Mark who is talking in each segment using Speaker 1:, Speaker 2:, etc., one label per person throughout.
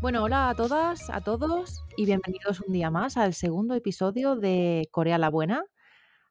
Speaker 1: Bueno, hola a todas, a todos y bienvenidos un día más al segundo episodio de Corea la Buena.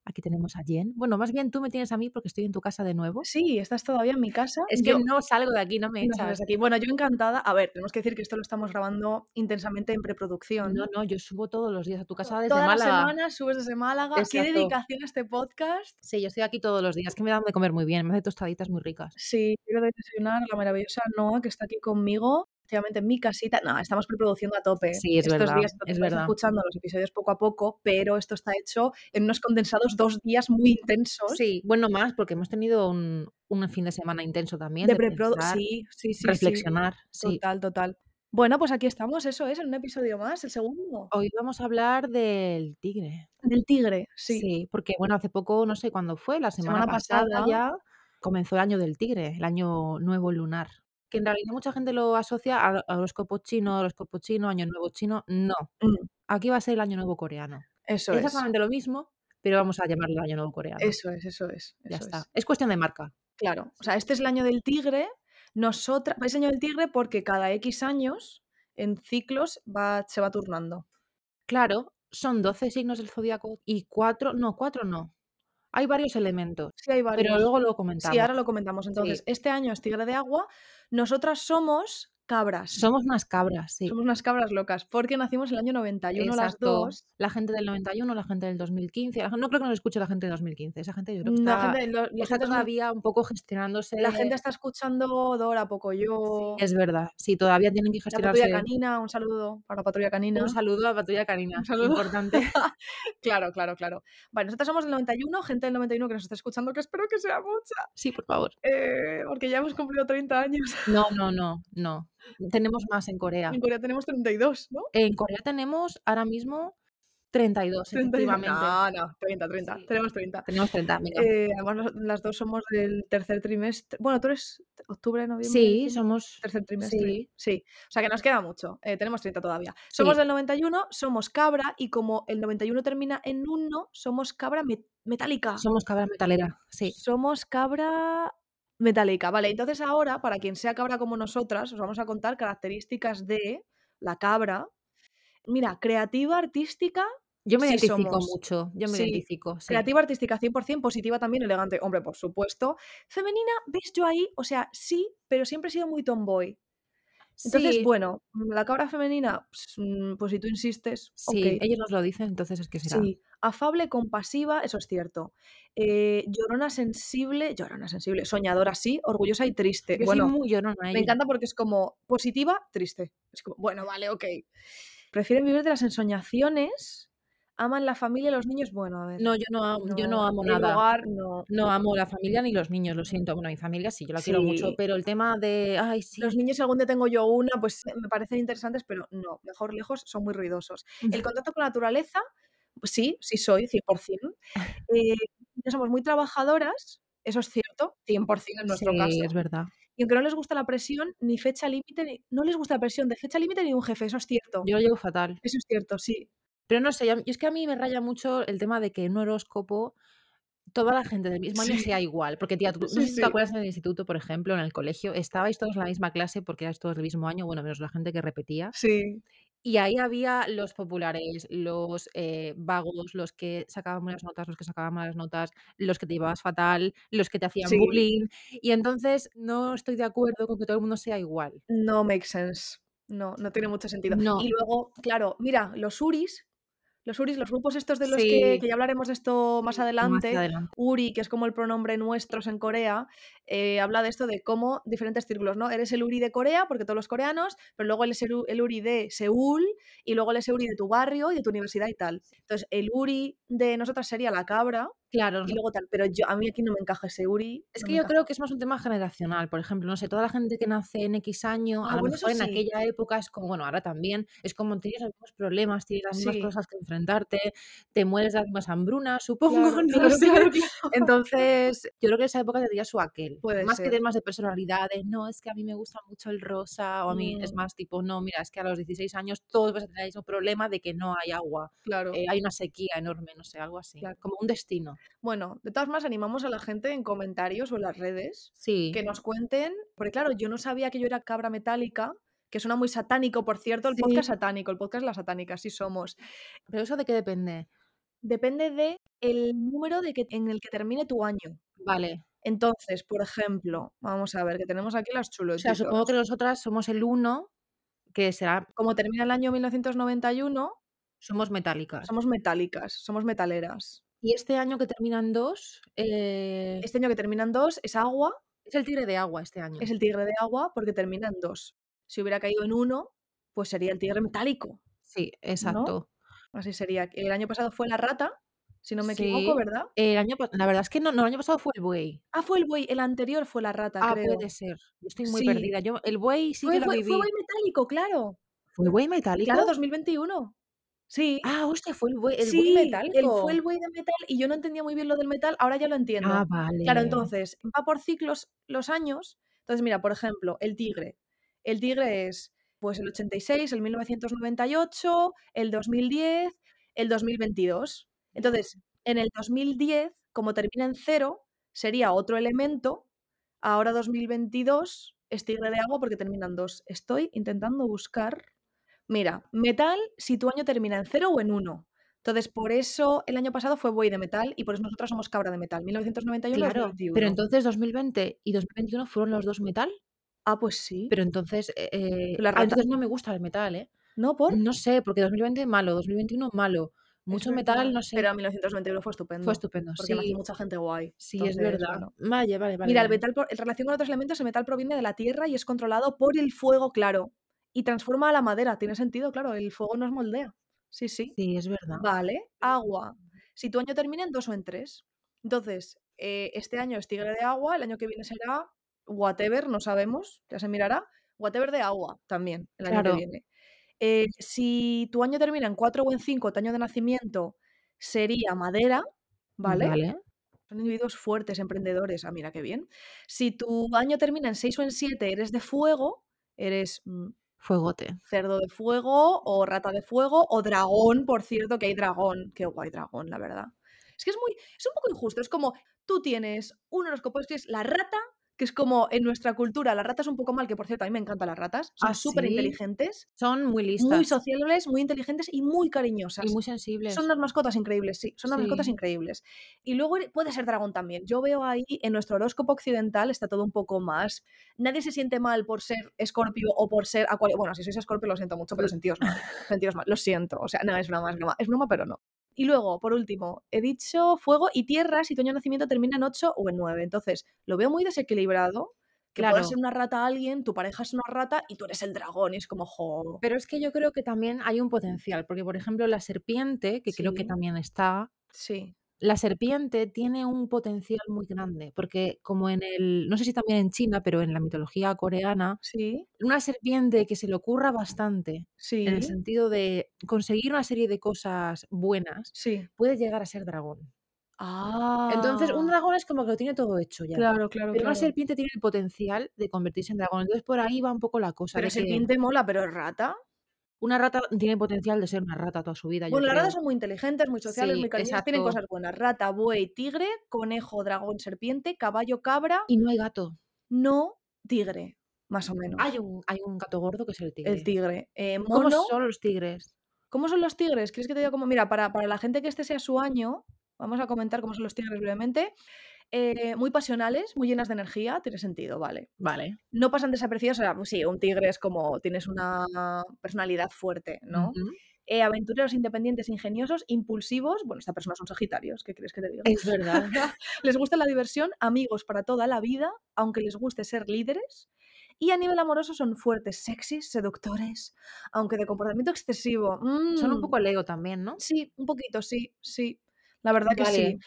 Speaker 1: Aquí tenemos a Jen. Bueno, más bien tú me tienes a mí porque estoy en tu casa de nuevo.
Speaker 2: Sí, estás todavía en mi casa.
Speaker 1: Es que
Speaker 2: Yo
Speaker 1: no salgo de aquí, no me
Speaker 2: no sales
Speaker 1: echas.
Speaker 2: de aquí. Bueno, yo encantada. A ver, tenemos que decir que esto lo estamos grabando intensamente en preproducción.
Speaker 1: No, no, yo subo todos los días a tu casa desde
Speaker 2: Todas las
Speaker 1: Málaga.
Speaker 2: semanas subes desde Málaga. Qué
Speaker 1: Exacto.
Speaker 2: dedicación a este podcast.
Speaker 1: Sí, yo estoy aquí todos los días, que me dan de comer muy bien, me hace tostaditas muy ricas.
Speaker 2: Sí, quiero desayunar a la maravillosa Noa que está aquí conmigo, efectivamente en mi casita. No, estamos preproduciendo a tope
Speaker 1: Sí, es
Speaker 2: estos
Speaker 1: verdad,
Speaker 2: días, entonces
Speaker 1: es
Speaker 2: vais
Speaker 1: verdad.
Speaker 2: escuchando los episodios poco a poco, pero esto está hecho en unos condensados dos días muy intensos
Speaker 1: Sí, bueno, más porque hemos tenido un, un fin de semana intenso también
Speaker 2: de
Speaker 1: de
Speaker 2: preproducción.
Speaker 1: pensar,
Speaker 2: Sí, sí, sí, sí.
Speaker 1: reflexionar, sí.
Speaker 2: Total, total. Bueno, pues aquí estamos, eso es, en un episodio más, el segundo.
Speaker 1: Hoy vamos a hablar del tigre.
Speaker 2: Del tigre, sí.
Speaker 1: Sí, porque bueno, hace poco, no sé cuándo fue, la semana
Speaker 2: Semana
Speaker 1: pasada
Speaker 2: pasada,
Speaker 1: ya comenzó el año del tigre, el año nuevo lunar. Que en realidad mucha gente lo asocia al al horóscopo chino, horóscopo chino, año nuevo chino. No,
Speaker 2: mm,
Speaker 1: aquí va a ser el año nuevo coreano.
Speaker 2: eso
Speaker 1: Es
Speaker 2: es,
Speaker 1: exactamente lo mismo, pero vamos a llamarlo año nuevo coreano.
Speaker 2: eso es, eso es,
Speaker 1: Ya
Speaker 2: eso
Speaker 1: está.
Speaker 2: es.
Speaker 1: Es cuestión de marca.
Speaker 2: Claro, o sea, este es el año del tigre. Nosotras, es el año del tigre porque cada X años en ciclos va, se va turnando.
Speaker 1: Claro, son 12 signos del zodiaco y cuatro, no, cuatro no. Hay varios elementos,
Speaker 2: Sí, hay
Speaker 1: pero
Speaker 2: varios.
Speaker 1: luego lo
Speaker 2: Sí,
Speaker 1: comentamos.
Speaker 2: ahora lo comentamos. Entonces,
Speaker 1: Sí,
Speaker 2: este año es tigre de agua. Nosotras somos cabras.
Speaker 1: somos unas cabras, sí.
Speaker 2: Somos unas cabras locas porque nacimos el año 91 las
Speaker 1: Exacto.
Speaker 2: dos.
Speaker 1: La gente del 91, la gente del 2015. la gen- No creo que nos escuche la gente de 2015. Esa gente yo creo que
Speaker 2: La
Speaker 1: está,
Speaker 2: gente, de lo- la
Speaker 1: está
Speaker 2: gente es muy-
Speaker 1: todavía un poco
Speaker 2: la gente
Speaker 1: gestionándose.
Speaker 2: está escuchando Dora
Speaker 1: Sí,
Speaker 2: Pocoyo,
Speaker 1: es verdad. Sí, todavía tienen que
Speaker 2: la patrulla
Speaker 1: gestionarse.
Speaker 2: canina, un saludo para la patrulla
Speaker 1: Un
Speaker 2: canina.
Speaker 1: saludo a Patrulla Karina.
Speaker 2: Un saludo.
Speaker 1: Importante.
Speaker 2: claro, claro, claro. Vale, nosotros somos del 91, gente del 91 que nos está escuchando, que espero que sea mucha,
Speaker 1: Sí, por favor.
Speaker 2: eh, porque ya hemos cumplido 30 años.
Speaker 1: No, no, no, no. Tenemos más en
Speaker 2: En
Speaker 1: Corea.
Speaker 2: Corea tenemos 32, ¿no?
Speaker 1: En Corea tenemos ahora mismo 32,
Speaker 2: 32.
Speaker 1: efectivamente.
Speaker 2: No, no, 30, 30.
Speaker 1: Sí.
Speaker 2: Tenemos 30.
Speaker 1: Tenemos 30, venga.
Speaker 2: Eh, además, nos- las dos somos del tercer trimestre. Bueno, tú eres octubre, noviembre,
Speaker 1: Sí,
Speaker 2: diciembre.
Speaker 1: somos.
Speaker 2: Tercer trimestre.
Speaker 1: Sí,
Speaker 2: Sí. O sea que nos queda mucho. Eh, tenemos 30 todavía. Somos
Speaker 1: sí.
Speaker 2: del 91, somos cabra y como el 91 termina en 1, somos cabra me- metálica.
Speaker 1: Somos cabra metalera. Ah. Sí.
Speaker 2: Somos cabra metálica. Vale, entonces ahora, para quien sea cabra como nosotras, os vamos a contar características de la cabra. Mira, creativa, artística,
Speaker 1: Yo me
Speaker 2: sí
Speaker 1: identifico
Speaker 2: somos.
Speaker 1: mucho. Yo me
Speaker 2: Sí.
Speaker 1: identifico, sí.
Speaker 2: Creativa, artística, 100%, positiva también, elegante, hombre, por supuesto. Femenina, ¿ves yo ahí? O sea, sí, pero siempre he sido muy tomboy. Entonces,
Speaker 1: Sí,
Speaker 2: bueno, mm, la cabra femenina, pues, mm, pues si tú insistes, ok.
Speaker 1: Sí, ellos nos lo dicen, entonces es que será.
Speaker 2: Sí, afable, compasiva, eso es cierto. Eh, llorona sensible, llorona sensible, soñadora sí, orgullosa y triste.
Speaker 1: Yo soy
Speaker 2: Bueno,
Speaker 1: muy llorona,
Speaker 2: me
Speaker 1: ella.
Speaker 2: encanta porque es como positiva, triste. Es como, bueno, vale, ok. Prefieren vivir de las ensoñaciones, aman la familia, los niños, bueno, a ver,
Speaker 1: No, yo no, am- yo no
Speaker 2: no,
Speaker 1: amo
Speaker 2: el
Speaker 1: nada.
Speaker 2: hogar, no.
Speaker 1: No amo la familia ni los niños, lo siento. Bueno, mi familia sí, yo la quiero mucho,
Speaker 2: Sí,
Speaker 1: pero el tema de, ay,
Speaker 2: los
Speaker 1: sí,
Speaker 2: niños, si algún día tengo yo una, pues eh, me parecen interesantes, pero no, mejor lejos, son muy ruidosos. El contacto con la naturaleza, pues sí, sí soy, 100%. Eh, ya somos muy trabajadoras, eso es cierto, 100% en nuestro
Speaker 1: sí,
Speaker 2: caso.
Speaker 1: es verdad.
Speaker 2: Y aunque no les gusta la presión, ni fecha límite, ni- no les gusta la presión de fecha límite ni un jefe, eso es cierto.
Speaker 1: Yo lo llevo fatal.
Speaker 2: Eso es cierto, sí.
Speaker 1: Pero no sé, ya- yo es que a mí me raya mucho el tema de que en un horóscopo toda la gente del mismo año
Speaker 2: Sí,
Speaker 1: sea igual. Porque, tía, tú- no
Speaker 2: sí,
Speaker 1: sé si te
Speaker 2: sí.
Speaker 1: acuerdas en el instituto, por ejemplo, en el colegio, estabais todos en la misma clase porque erais todos del mismo año, bueno, menos la gente que repetía.
Speaker 2: Sí,
Speaker 1: Y ahí había los populares, los eh, vagos, los que sacaban buenas notas, los que sacaban malas notas, los que te llevabas fatal, los que te hacían
Speaker 2: sí.
Speaker 1: bullying. Y entonces no estoy de acuerdo con que todo el mundo sea igual.
Speaker 2: No make sense. No, no tiene mucho sentido.
Speaker 1: No.
Speaker 2: Y luego, claro, mira, los URIs, los URIs, los grupos estos de los que,
Speaker 1: Sí,
Speaker 2: que ya hablaremos de esto más
Speaker 1: sí, más
Speaker 2: adelante,
Speaker 1: adelante.
Speaker 2: URI, que es como el pronombre nuestros en Corea, eh, habla de esto de cómo diferentes círculos, ¿no? Eres el URI de Corea, porque todos los coreanos, pero luego eres el, u- el URI de Seúl y luego eres el URI de tu barrio y de tu universidad y tal. Entonces, el URI de nosotras sería la cabra
Speaker 1: Claro,
Speaker 2: y
Speaker 1: nos-
Speaker 2: luego tal, pero yo, a mí aquí no me encaja ese URI,
Speaker 1: es
Speaker 2: no
Speaker 1: que
Speaker 2: me
Speaker 1: yo
Speaker 2: encaja.
Speaker 1: creo que es más un tema generacional. Por ejemplo, no sé, toda la gente que nace en X año,
Speaker 2: Ah,
Speaker 1: a lo
Speaker 2: bueno, eso
Speaker 1: mejor en
Speaker 2: sí,
Speaker 1: aquella época es como, bueno, ahora también, es como tienes los mismos problemas, tienes las mismas
Speaker 2: sí,
Speaker 1: cosas que enfrentarte, te mueres de las mismas hambrunas, supongo,
Speaker 2: claro,
Speaker 1: no
Speaker 2: claro,
Speaker 1: sé.
Speaker 2: claro, claro.
Speaker 1: Entonces, yo creo que esa época tendría su aquel.
Speaker 2: Puede
Speaker 1: Más que
Speaker 2: ser.
Speaker 1: temas de personalidades, no, es que a mí me gusta mucho el rosa, o a mí es
Speaker 2: Mm,
Speaker 1: más tipo, no, mira, es que a los 16 años todos vas a tener el mismo problema de que no hay agua,
Speaker 2: claro,
Speaker 1: eh, hay una sequía enorme, no sé, algo así,
Speaker 2: claro.
Speaker 1: como un destino.
Speaker 2: Bueno, de todas maneras, animamos a la gente en comentarios o en las redes
Speaker 1: Sí,
Speaker 2: que nos cuenten, porque claro, yo no sabía que yo era cabra metálica, que suena muy satánico, por cierto, el
Speaker 1: Sí.
Speaker 2: podcast satánico, el podcast La Satánica, sí somos.
Speaker 1: Pero eso de qué depende.
Speaker 2: Depende de el número de que, en el que termine tu año.
Speaker 1: Vale.
Speaker 2: Entonces, por ejemplo, vamos a ver, que tenemos aquí las
Speaker 1: O sea,
Speaker 2: chulotitas.
Speaker 1: supongo que nosotras somos el uno, que será,
Speaker 2: Como termina el año 1991,
Speaker 1: somos metálicas.
Speaker 2: somos metálicas, somos metaleras.
Speaker 1: Y este año que terminan dos, eh,
Speaker 2: Este año que terminan dos es agua,
Speaker 1: es el tigre de agua este año.
Speaker 2: es el tigre de agua porque terminan dos. Si hubiera caído en uno, pues sería el tigre metálico.
Speaker 1: Sí, exacto.
Speaker 2: Así sería. El año pasado fue la rata, si no me
Speaker 1: Sí.
Speaker 2: equivoco, ¿verdad?
Speaker 1: El año, pa- la verdad es que no, no, el año pasado fue el buey.
Speaker 2: Ah, fue el buey, el anterior fue la rata,
Speaker 1: Ah,
Speaker 2: creo.
Speaker 1: puede ser. Yo estoy muy
Speaker 2: Sí.
Speaker 1: perdida. Yo, el buey sí
Speaker 2: Fue,
Speaker 1: que lo
Speaker 2: fue-
Speaker 1: viví.
Speaker 2: fue buey metálico, claro.
Speaker 1: ¿Fue buey metálico?
Speaker 2: Claro, 2021. Sí.
Speaker 1: Ah, hostia, fue el buey, el
Speaker 2: sí,
Speaker 1: buey
Speaker 2: él
Speaker 1: metálico.
Speaker 2: fue el buey de metal y yo no entendía muy bien lo del metal, ahora ya lo entiendo.
Speaker 1: Ah, vale.
Speaker 2: Claro, entonces, va por ciclos los años. Entonces, mira, por ejemplo, el tigre. El tigre es pues el 86, el 1998, el 2010, el 2022. Entonces, en el 2010, como termina en cero, sería otro elemento. Ahora 2022 es tigre de agua porque terminan dos. Estoy intentando buscar. Mira, metal si tu año termina en cero o en uno. Entonces, por eso el año pasado fue buey de metal y por eso nosotros somos cabra de metal. 1991
Speaker 1: Claro, pero entonces 2020 y 2021 fueron los dos metal.
Speaker 2: Ah, pues sí.
Speaker 1: Pero entonces, eh, eh,
Speaker 2: La
Speaker 1: ah,
Speaker 2: rata.
Speaker 1: entonces no me gusta el metal, ¿eh?
Speaker 2: no por.
Speaker 1: No sé, porque 2020 malo, 2021 malo, mucho
Speaker 2: Es verdad.
Speaker 1: metal, no sé,
Speaker 2: Pero 1991 fue estupendo.
Speaker 1: fue estupendo.
Speaker 2: Porque
Speaker 1: sí,
Speaker 2: nació mucha gente guay.
Speaker 1: sí, es
Speaker 2: Entonces,
Speaker 1: verdad.
Speaker 2: bueno.
Speaker 1: Vale, vale, vale.
Speaker 2: Mira, el
Speaker 1: vale.
Speaker 2: metal, por- en relación con otros elementos, el metal proviene de la tierra y es controlado por el fuego, claro. Y transforma a la madera. Tiene sentido, claro. El fuego nos moldea. Sí, sí.
Speaker 1: Sí, es verdad.
Speaker 2: Vale. Agua. Si tu año termina en dos o en tres. Entonces, eh, este año es tigre de agua, el año que viene será whatever, no sabemos, ya se mirará. Whatever de agua también, el año que
Speaker 1: Claro.
Speaker 2: viene. Eh, si tu año termina en 4 o en 5, tu año de nacimiento sería madera, ¿vale?
Speaker 1: Vale.
Speaker 2: Son individuos fuertes, emprendedores. Ah, mira qué bien. Si tu año termina en 6 o en 7, eres de fuego, eres mm,
Speaker 1: Fuegote.
Speaker 2: cerdo de fuego o rata de fuego o dragón, por cierto, que hay dragón. Qué guay dragón, la verdad. Es que es muy, es un poco injusto. Es como tú tienes un horóscopo es que es la rata, que es como en nuestra cultura, la rata es un poco mal, que por cierto, a mí me encantan las ratas. Son
Speaker 1: ¿Ah,
Speaker 2: súper
Speaker 1: sí?
Speaker 2: inteligentes,
Speaker 1: Son muy listas
Speaker 2: muy sociables, muy inteligentes y muy
Speaker 1: y
Speaker 2: cariñosas.
Speaker 1: muy sensibles.
Speaker 2: Son unas mascotas increíbles, sí, son unas mascotas
Speaker 1: Sí.
Speaker 2: increíbles. Y luego eres- puede ser dragón también. Yo veo ahí en nuestro horóscopo occidental está todo un poco más. Nadie se siente mal por ser escorpio o por ser acuario. Bueno, si sois escorpio lo siento mucho, pero sentíos mal. Sentíos mal, lo siento. O sea, no, es broma, es broma. Es broma, pero no. Y luego, por último, he dicho fuego y tierra si tu año de nacimiento termina en 8 o en 9. Entonces, lo veo muy desequilibrado. Que
Speaker 1: Claro.
Speaker 2: puedas ser una rata a alguien, tu pareja es una rata y tú eres el dragón. Y es como, jo.
Speaker 1: Pero es que yo creo que también hay un potencial, porque por ejemplo la serpiente, que creo que
Speaker 2: Sí,
Speaker 1: también está,
Speaker 2: sí.
Speaker 1: la serpiente tiene un potencial muy grande, porque como en el, no sé si también en China, pero en la mitología coreana,
Speaker 2: Sí,
Speaker 1: una serpiente que se le ocurra bastante, en el
Speaker 2: sí,
Speaker 1: sentido de conseguir una serie de cosas buenas,
Speaker 2: sí.
Speaker 1: puede llegar a ser dragón. Entonces, un
Speaker 2: Ah,
Speaker 1: dragón es como que lo tiene todo hecho ya.
Speaker 2: claro, claro,
Speaker 1: Pero una
Speaker 2: claro.
Speaker 1: serpiente tiene el potencial de convertirse en dragón. Entonces, por ahí va un poco la cosa
Speaker 2: Pero
Speaker 1: de que
Speaker 2: serpiente mola, pero rata.
Speaker 1: una rata tiene potencial de ser una rata toda su vida, yo
Speaker 2: Bueno, las ratas
Speaker 1: creo.
Speaker 2: son muy inteligentes, muy sociales, muy
Speaker 1: Sí,
Speaker 2: cariñosas, tienen
Speaker 1: exacto.
Speaker 2: cosas buenas. Rata, buey, tigre, conejo, dragón, serpiente, caballo, cabra,
Speaker 1: Y no hay gato.
Speaker 2: no tigre, más o
Speaker 1: Hay
Speaker 2: menos.
Speaker 1: un, hay un gato gordo que es el
Speaker 2: El
Speaker 1: tigre.
Speaker 2: tigre. Eh,
Speaker 1: ¿Cómo
Speaker 2: mono,
Speaker 1: son los tigres?
Speaker 2: ¿cómo son los tigres? ¿Quieres que te diga cómo? Mira, para, para la gente que este sea su año, vamos a comentar cómo son los tigres brevemente. Eh, muy pasionales, muy llenas de energía, tiene sentido, vale.
Speaker 1: Vale.
Speaker 2: No pasan desapercibidos, o sea, pues sí, un tigre es como tienes una personalidad fuerte, ¿no?
Speaker 1: Ujú.
Speaker 2: eh, aventureros independientes, ingeniosos, impulsivos. Bueno, esta persona son sagitarios, ¿qué crees que te diga?
Speaker 1: Es verdad.
Speaker 2: les gusta la diversión, amigos para toda la vida, aunque les guste ser líderes. Y a nivel amoroso son fuertes, sexys, seductores, aunque de comportamiento excesivo.
Speaker 1: Son un
Speaker 2: Mm,
Speaker 1: poco Leo también, ¿no?
Speaker 2: sí, un poquito, sí, sí. La verdad que
Speaker 1: Vale.
Speaker 2: sí.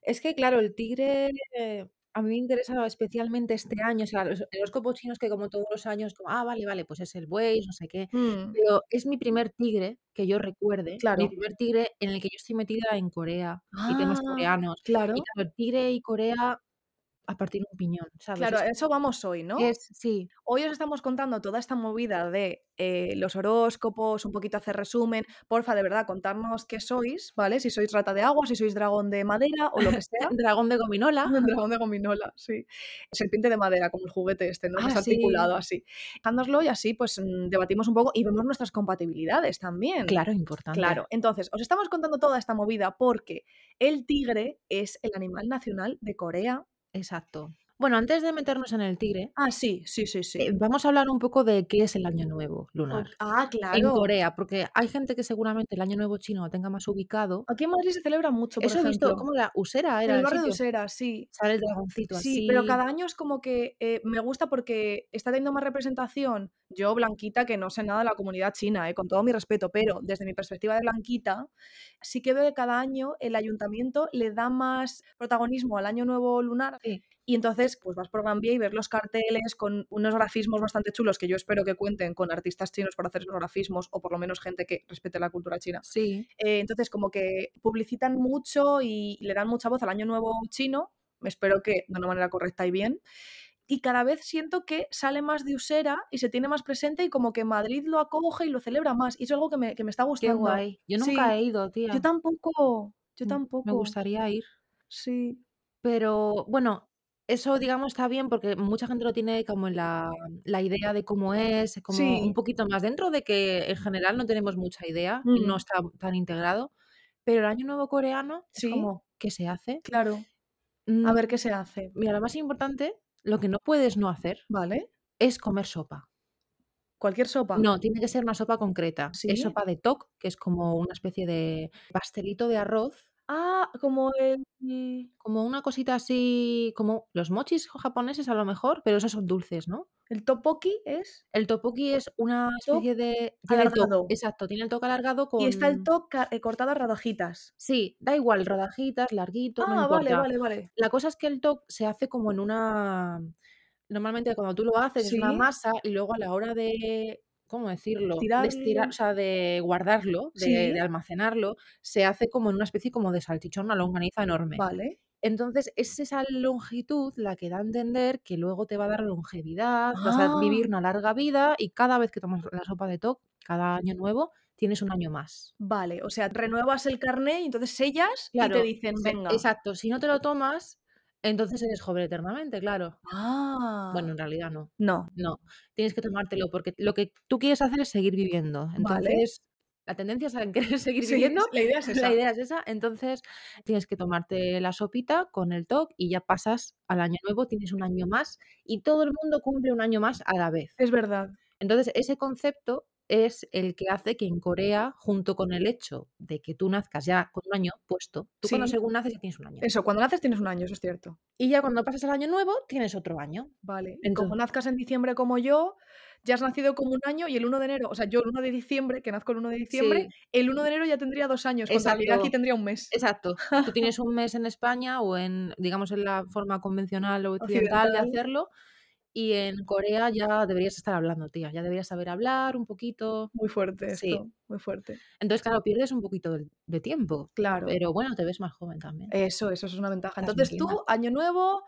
Speaker 1: Es que, claro, el tigre eh, a mí me interesa especialmente este año. O sea, los horóscopos chinos que como todos los años, como, ah, vale, vale, pues es el buey, no sé qué.
Speaker 2: Mm,
Speaker 1: Pero es mi primer tigre que yo recuerde, mi
Speaker 2: claro.
Speaker 1: primer tigre en el que yo estoy metida en Corea y temas
Speaker 2: Ah,
Speaker 1: coreanos. Y
Speaker 2: claro.
Speaker 1: claro, tigre y Corea a partir un piñón, ¿sabes?
Speaker 2: Claro,
Speaker 1: Es-
Speaker 2: a eso vamos hoy, ¿no?
Speaker 1: es- sí,
Speaker 2: Hoy os estamos contando toda esta movida de eh, los horóscopos, un poquito hacer resumen. Porfa, de verdad, contarnos qué sois, ¿vale? Si sois rata de agua, si sois dragón de madera o lo que sea.
Speaker 1: dragón de gominola.
Speaker 2: Un dragón de gominola, sí. Serpiente de madera, como el juguete este, ¿no? Que
Speaker 1: Ah,
Speaker 2: está
Speaker 1: sí.
Speaker 2: articulado así. Dándoslo y así, pues mm, debatimos un poco y vemos nuestras compatibilidades también.
Speaker 1: Claro, importante.
Speaker 2: Claro, entonces os estamos contando toda esta movida porque el tigre es el animal nacional de Corea.
Speaker 1: Exacto. Bueno, antes de meternos en el tigre,
Speaker 2: Ah, sí, sí, sí, sí.
Speaker 1: eh, vamos a hablar un poco de qué es el año nuevo
Speaker 2: O-
Speaker 1: lunar
Speaker 2: ah,
Speaker 1: en
Speaker 2: claro.
Speaker 1: Corea, porque hay gente que seguramente el año nuevo chino lo tenga más ubicado.
Speaker 2: Aquí en Madrid se celebra mucho, por
Speaker 1: Eso he
Speaker 2: ejemplo.
Speaker 1: visto, como la usera
Speaker 2: en
Speaker 1: era
Speaker 2: el
Speaker 1: el
Speaker 2: barrio
Speaker 1: sitio.
Speaker 2: de Usera, sí.
Speaker 1: Sale el dragoncito
Speaker 2: Sí,
Speaker 1: así.
Speaker 2: pero cada año es como que eh, me gusta porque está teniendo más representación. Yo, Blanquita, que no sé nada de la comunidad china, eh, con todo mi respeto, pero desde mi perspectiva de Blanquita, sí que veo que cada año el ayuntamiento le da más protagonismo al Año Nuevo Lunar.
Speaker 1: Sí.
Speaker 2: Y entonces, pues vas por Gran Vía y ver los carteles con unos grafismos bastante chulos que yo espero que cuenten con artistas chinos para hacer esos grafismos o por lo menos gente que respete la cultura china.
Speaker 1: Sí.
Speaker 2: Eh, entonces, como que publicitan mucho y le dan mucha voz al año nuevo chino. Espero que de una manera correcta y bien. Y cada vez siento que sale más de usera y se tiene más presente y como que Madrid lo acoge y lo celebra más. Y eso es algo que me, que me está
Speaker 1: Qué
Speaker 2: gustando.
Speaker 1: guay. Yo
Speaker 2: Sí.
Speaker 1: nunca he ido, tía.
Speaker 2: Yo tampoco. Yo
Speaker 1: Mm,
Speaker 2: tampoco.
Speaker 1: Me gustaría ir.
Speaker 2: Sí.
Speaker 1: Pero bueno, eso digamos está bien porque mucha gente lo tiene como en la, la idea de cómo es, como un
Speaker 2: Sí.
Speaker 1: poquito más dentro de que en general no tenemos mucha idea y no
Speaker 2: Mm.
Speaker 1: está tan integrado. Pero el Año Nuevo Coreano es
Speaker 2: Sí.
Speaker 1: como, ¿qué se hace?
Speaker 2: Claro. A
Speaker 1: Mm,
Speaker 2: ver qué se hace.
Speaker 1: Mira, lo más importante, lo que no puedes no hacer
Speaker 2: ¿Vale?
Speaker 1: es comer sopa.
Speaker 2: Cualquier sopa.
Speaker 1: No, tiene que ser una sopa concreta. Es
Speaker 2: Sí.
Speaker 1: sopa de toc, que es como una especie de pastelito de arroz
Speaker 2: Ah, como el... el
Speaker 1: como una cosita así, como los mochis japoneses a lo mejor, pero esos son dulces, ¿no?
Speaker 2: topoki es
Speaker 1: El topoki es una
Speaker 2: top
Speaker 1: especie de... Tiene el toque,
Speaker 2: alargado.
Speaker 1: exacto, tiene el toque alargado
Speaker 2: Y está el
Speaker 1: con...
Speaker 2: top ca- eh, cortado a rodajitas.
Speaker 1: Sí, da igual, rodajitas, larguito, no
Speaker 2: Ah, vale,
Speaker 1: importa.
Speaker 2: vale, vale.
Speaker 1: La cosa es que el toque se hace como en una... Normalmente cuando tú lo haces es una
Speaker 2: Sí,
Speaker 1: masa y luego a la hora de... ¿Cómo decirlo? De
Speaker 2: tirarlo.
Speaker 1: estirar, o sea, de guardarlo, de, de
Speaker 2: Sí,
Speaker 1: almacenarlo, se hace como en una especie como de salchichón, una longaniza enorme.
Speaker 2: vale.
Speaker 1: Entonces, es esa longitud la que da a entender que luego te va a dar longevidad, vas a
Speaker 2: Ah,
Speaker 1: vivir una larga vida y cada vez que tomas la sopa de TOC, cada año nuevo, tienes un año más.
Speaker 2: vale. O sea, renuevas el carné y entonces sellas y te
Speaker 1: Claro,
Speaker 2: dicen,
Speaker 1: si-
Speaker 2: venga.
Speaker 1: exacto. Si no te lo tomas, entonces eres joven eternamente, claro. Bueno,
Speaker 2: Ah,
Speaker 1: en realidad no.
Speaker 2: no.
Speaker 1: No, tienes que tomártelo porque lo que tú quieres hacer es seguir viviendo.
Speaker 2: Vale.
Speaker 1: Entonces, la tendencia es a querer seguir
Speaker 2: Sí,
Speaker 1: viviendo,
Speaker 2: la idea es
Speaker 1: la
Speaker 2: esa.
Speaker 1: idea es esa. Entonces, tienes que tomarte la sopita con el TOC y ya pasas al año nuevo, tienes un año más y todo el mundo cumple un año más a la vez.
Speaker 2: Es verdad.
Speaker 1: Entonces, ese concepto es el que hace que en Corea, junto con el hecho de que tú nazcas ya con un año puesto, tú cuando
Speaker 2: Sí.
Speaker 1: según naces ya tienes un año.
Speaker 2: Eso, cuando naces tienes un año, eso es cierto.
Speaker 1: Y ya cuando pasas al año nuevo, tienes otro año.
Speaker 2: Vale. Y como
Speaker 1: Entonces,
Speaker 2: nazcas en diciembre como yo, ya has nacido como un año y el 1 de enero, o sea, yo el 1 de diciembre, que nazco el 1 de diciembre,
Speaker 1: sí,
Speaker 2: el 1 de enero ya tendría dos años, cuando en realidad aquí
Speaker 1: exacto.
Speaker 2: tendría un mes.
Speaker 1: Exacto. Tú tienes un mes en España o en, digamos, en la forma convencional o occidental de
Speaker 2: Occidental.
Speaker 1: hacerlo y en Corea ya deberías estar hablando, tía. Ya deberías saber hablar un poquito.
Speaker 2: Muy fuerte
Speaker 1: Sí.
Speaker 2: esto, muy fuerte.
Speaker 1: Entonces, claro, pierdes un poquito de, de tiempo,
Speaker 2: Claro. Eh,
Speaker 1: pero bueno, te ves más joven también.
Speaker 2: Eso, eso, es una ventaja.
Speaker 1: Estás
Speaker 2: Entonces
Speaker 1: más
Speaker 2: tú,
Speaker 1: linda.
Speaker 2: año nuevo,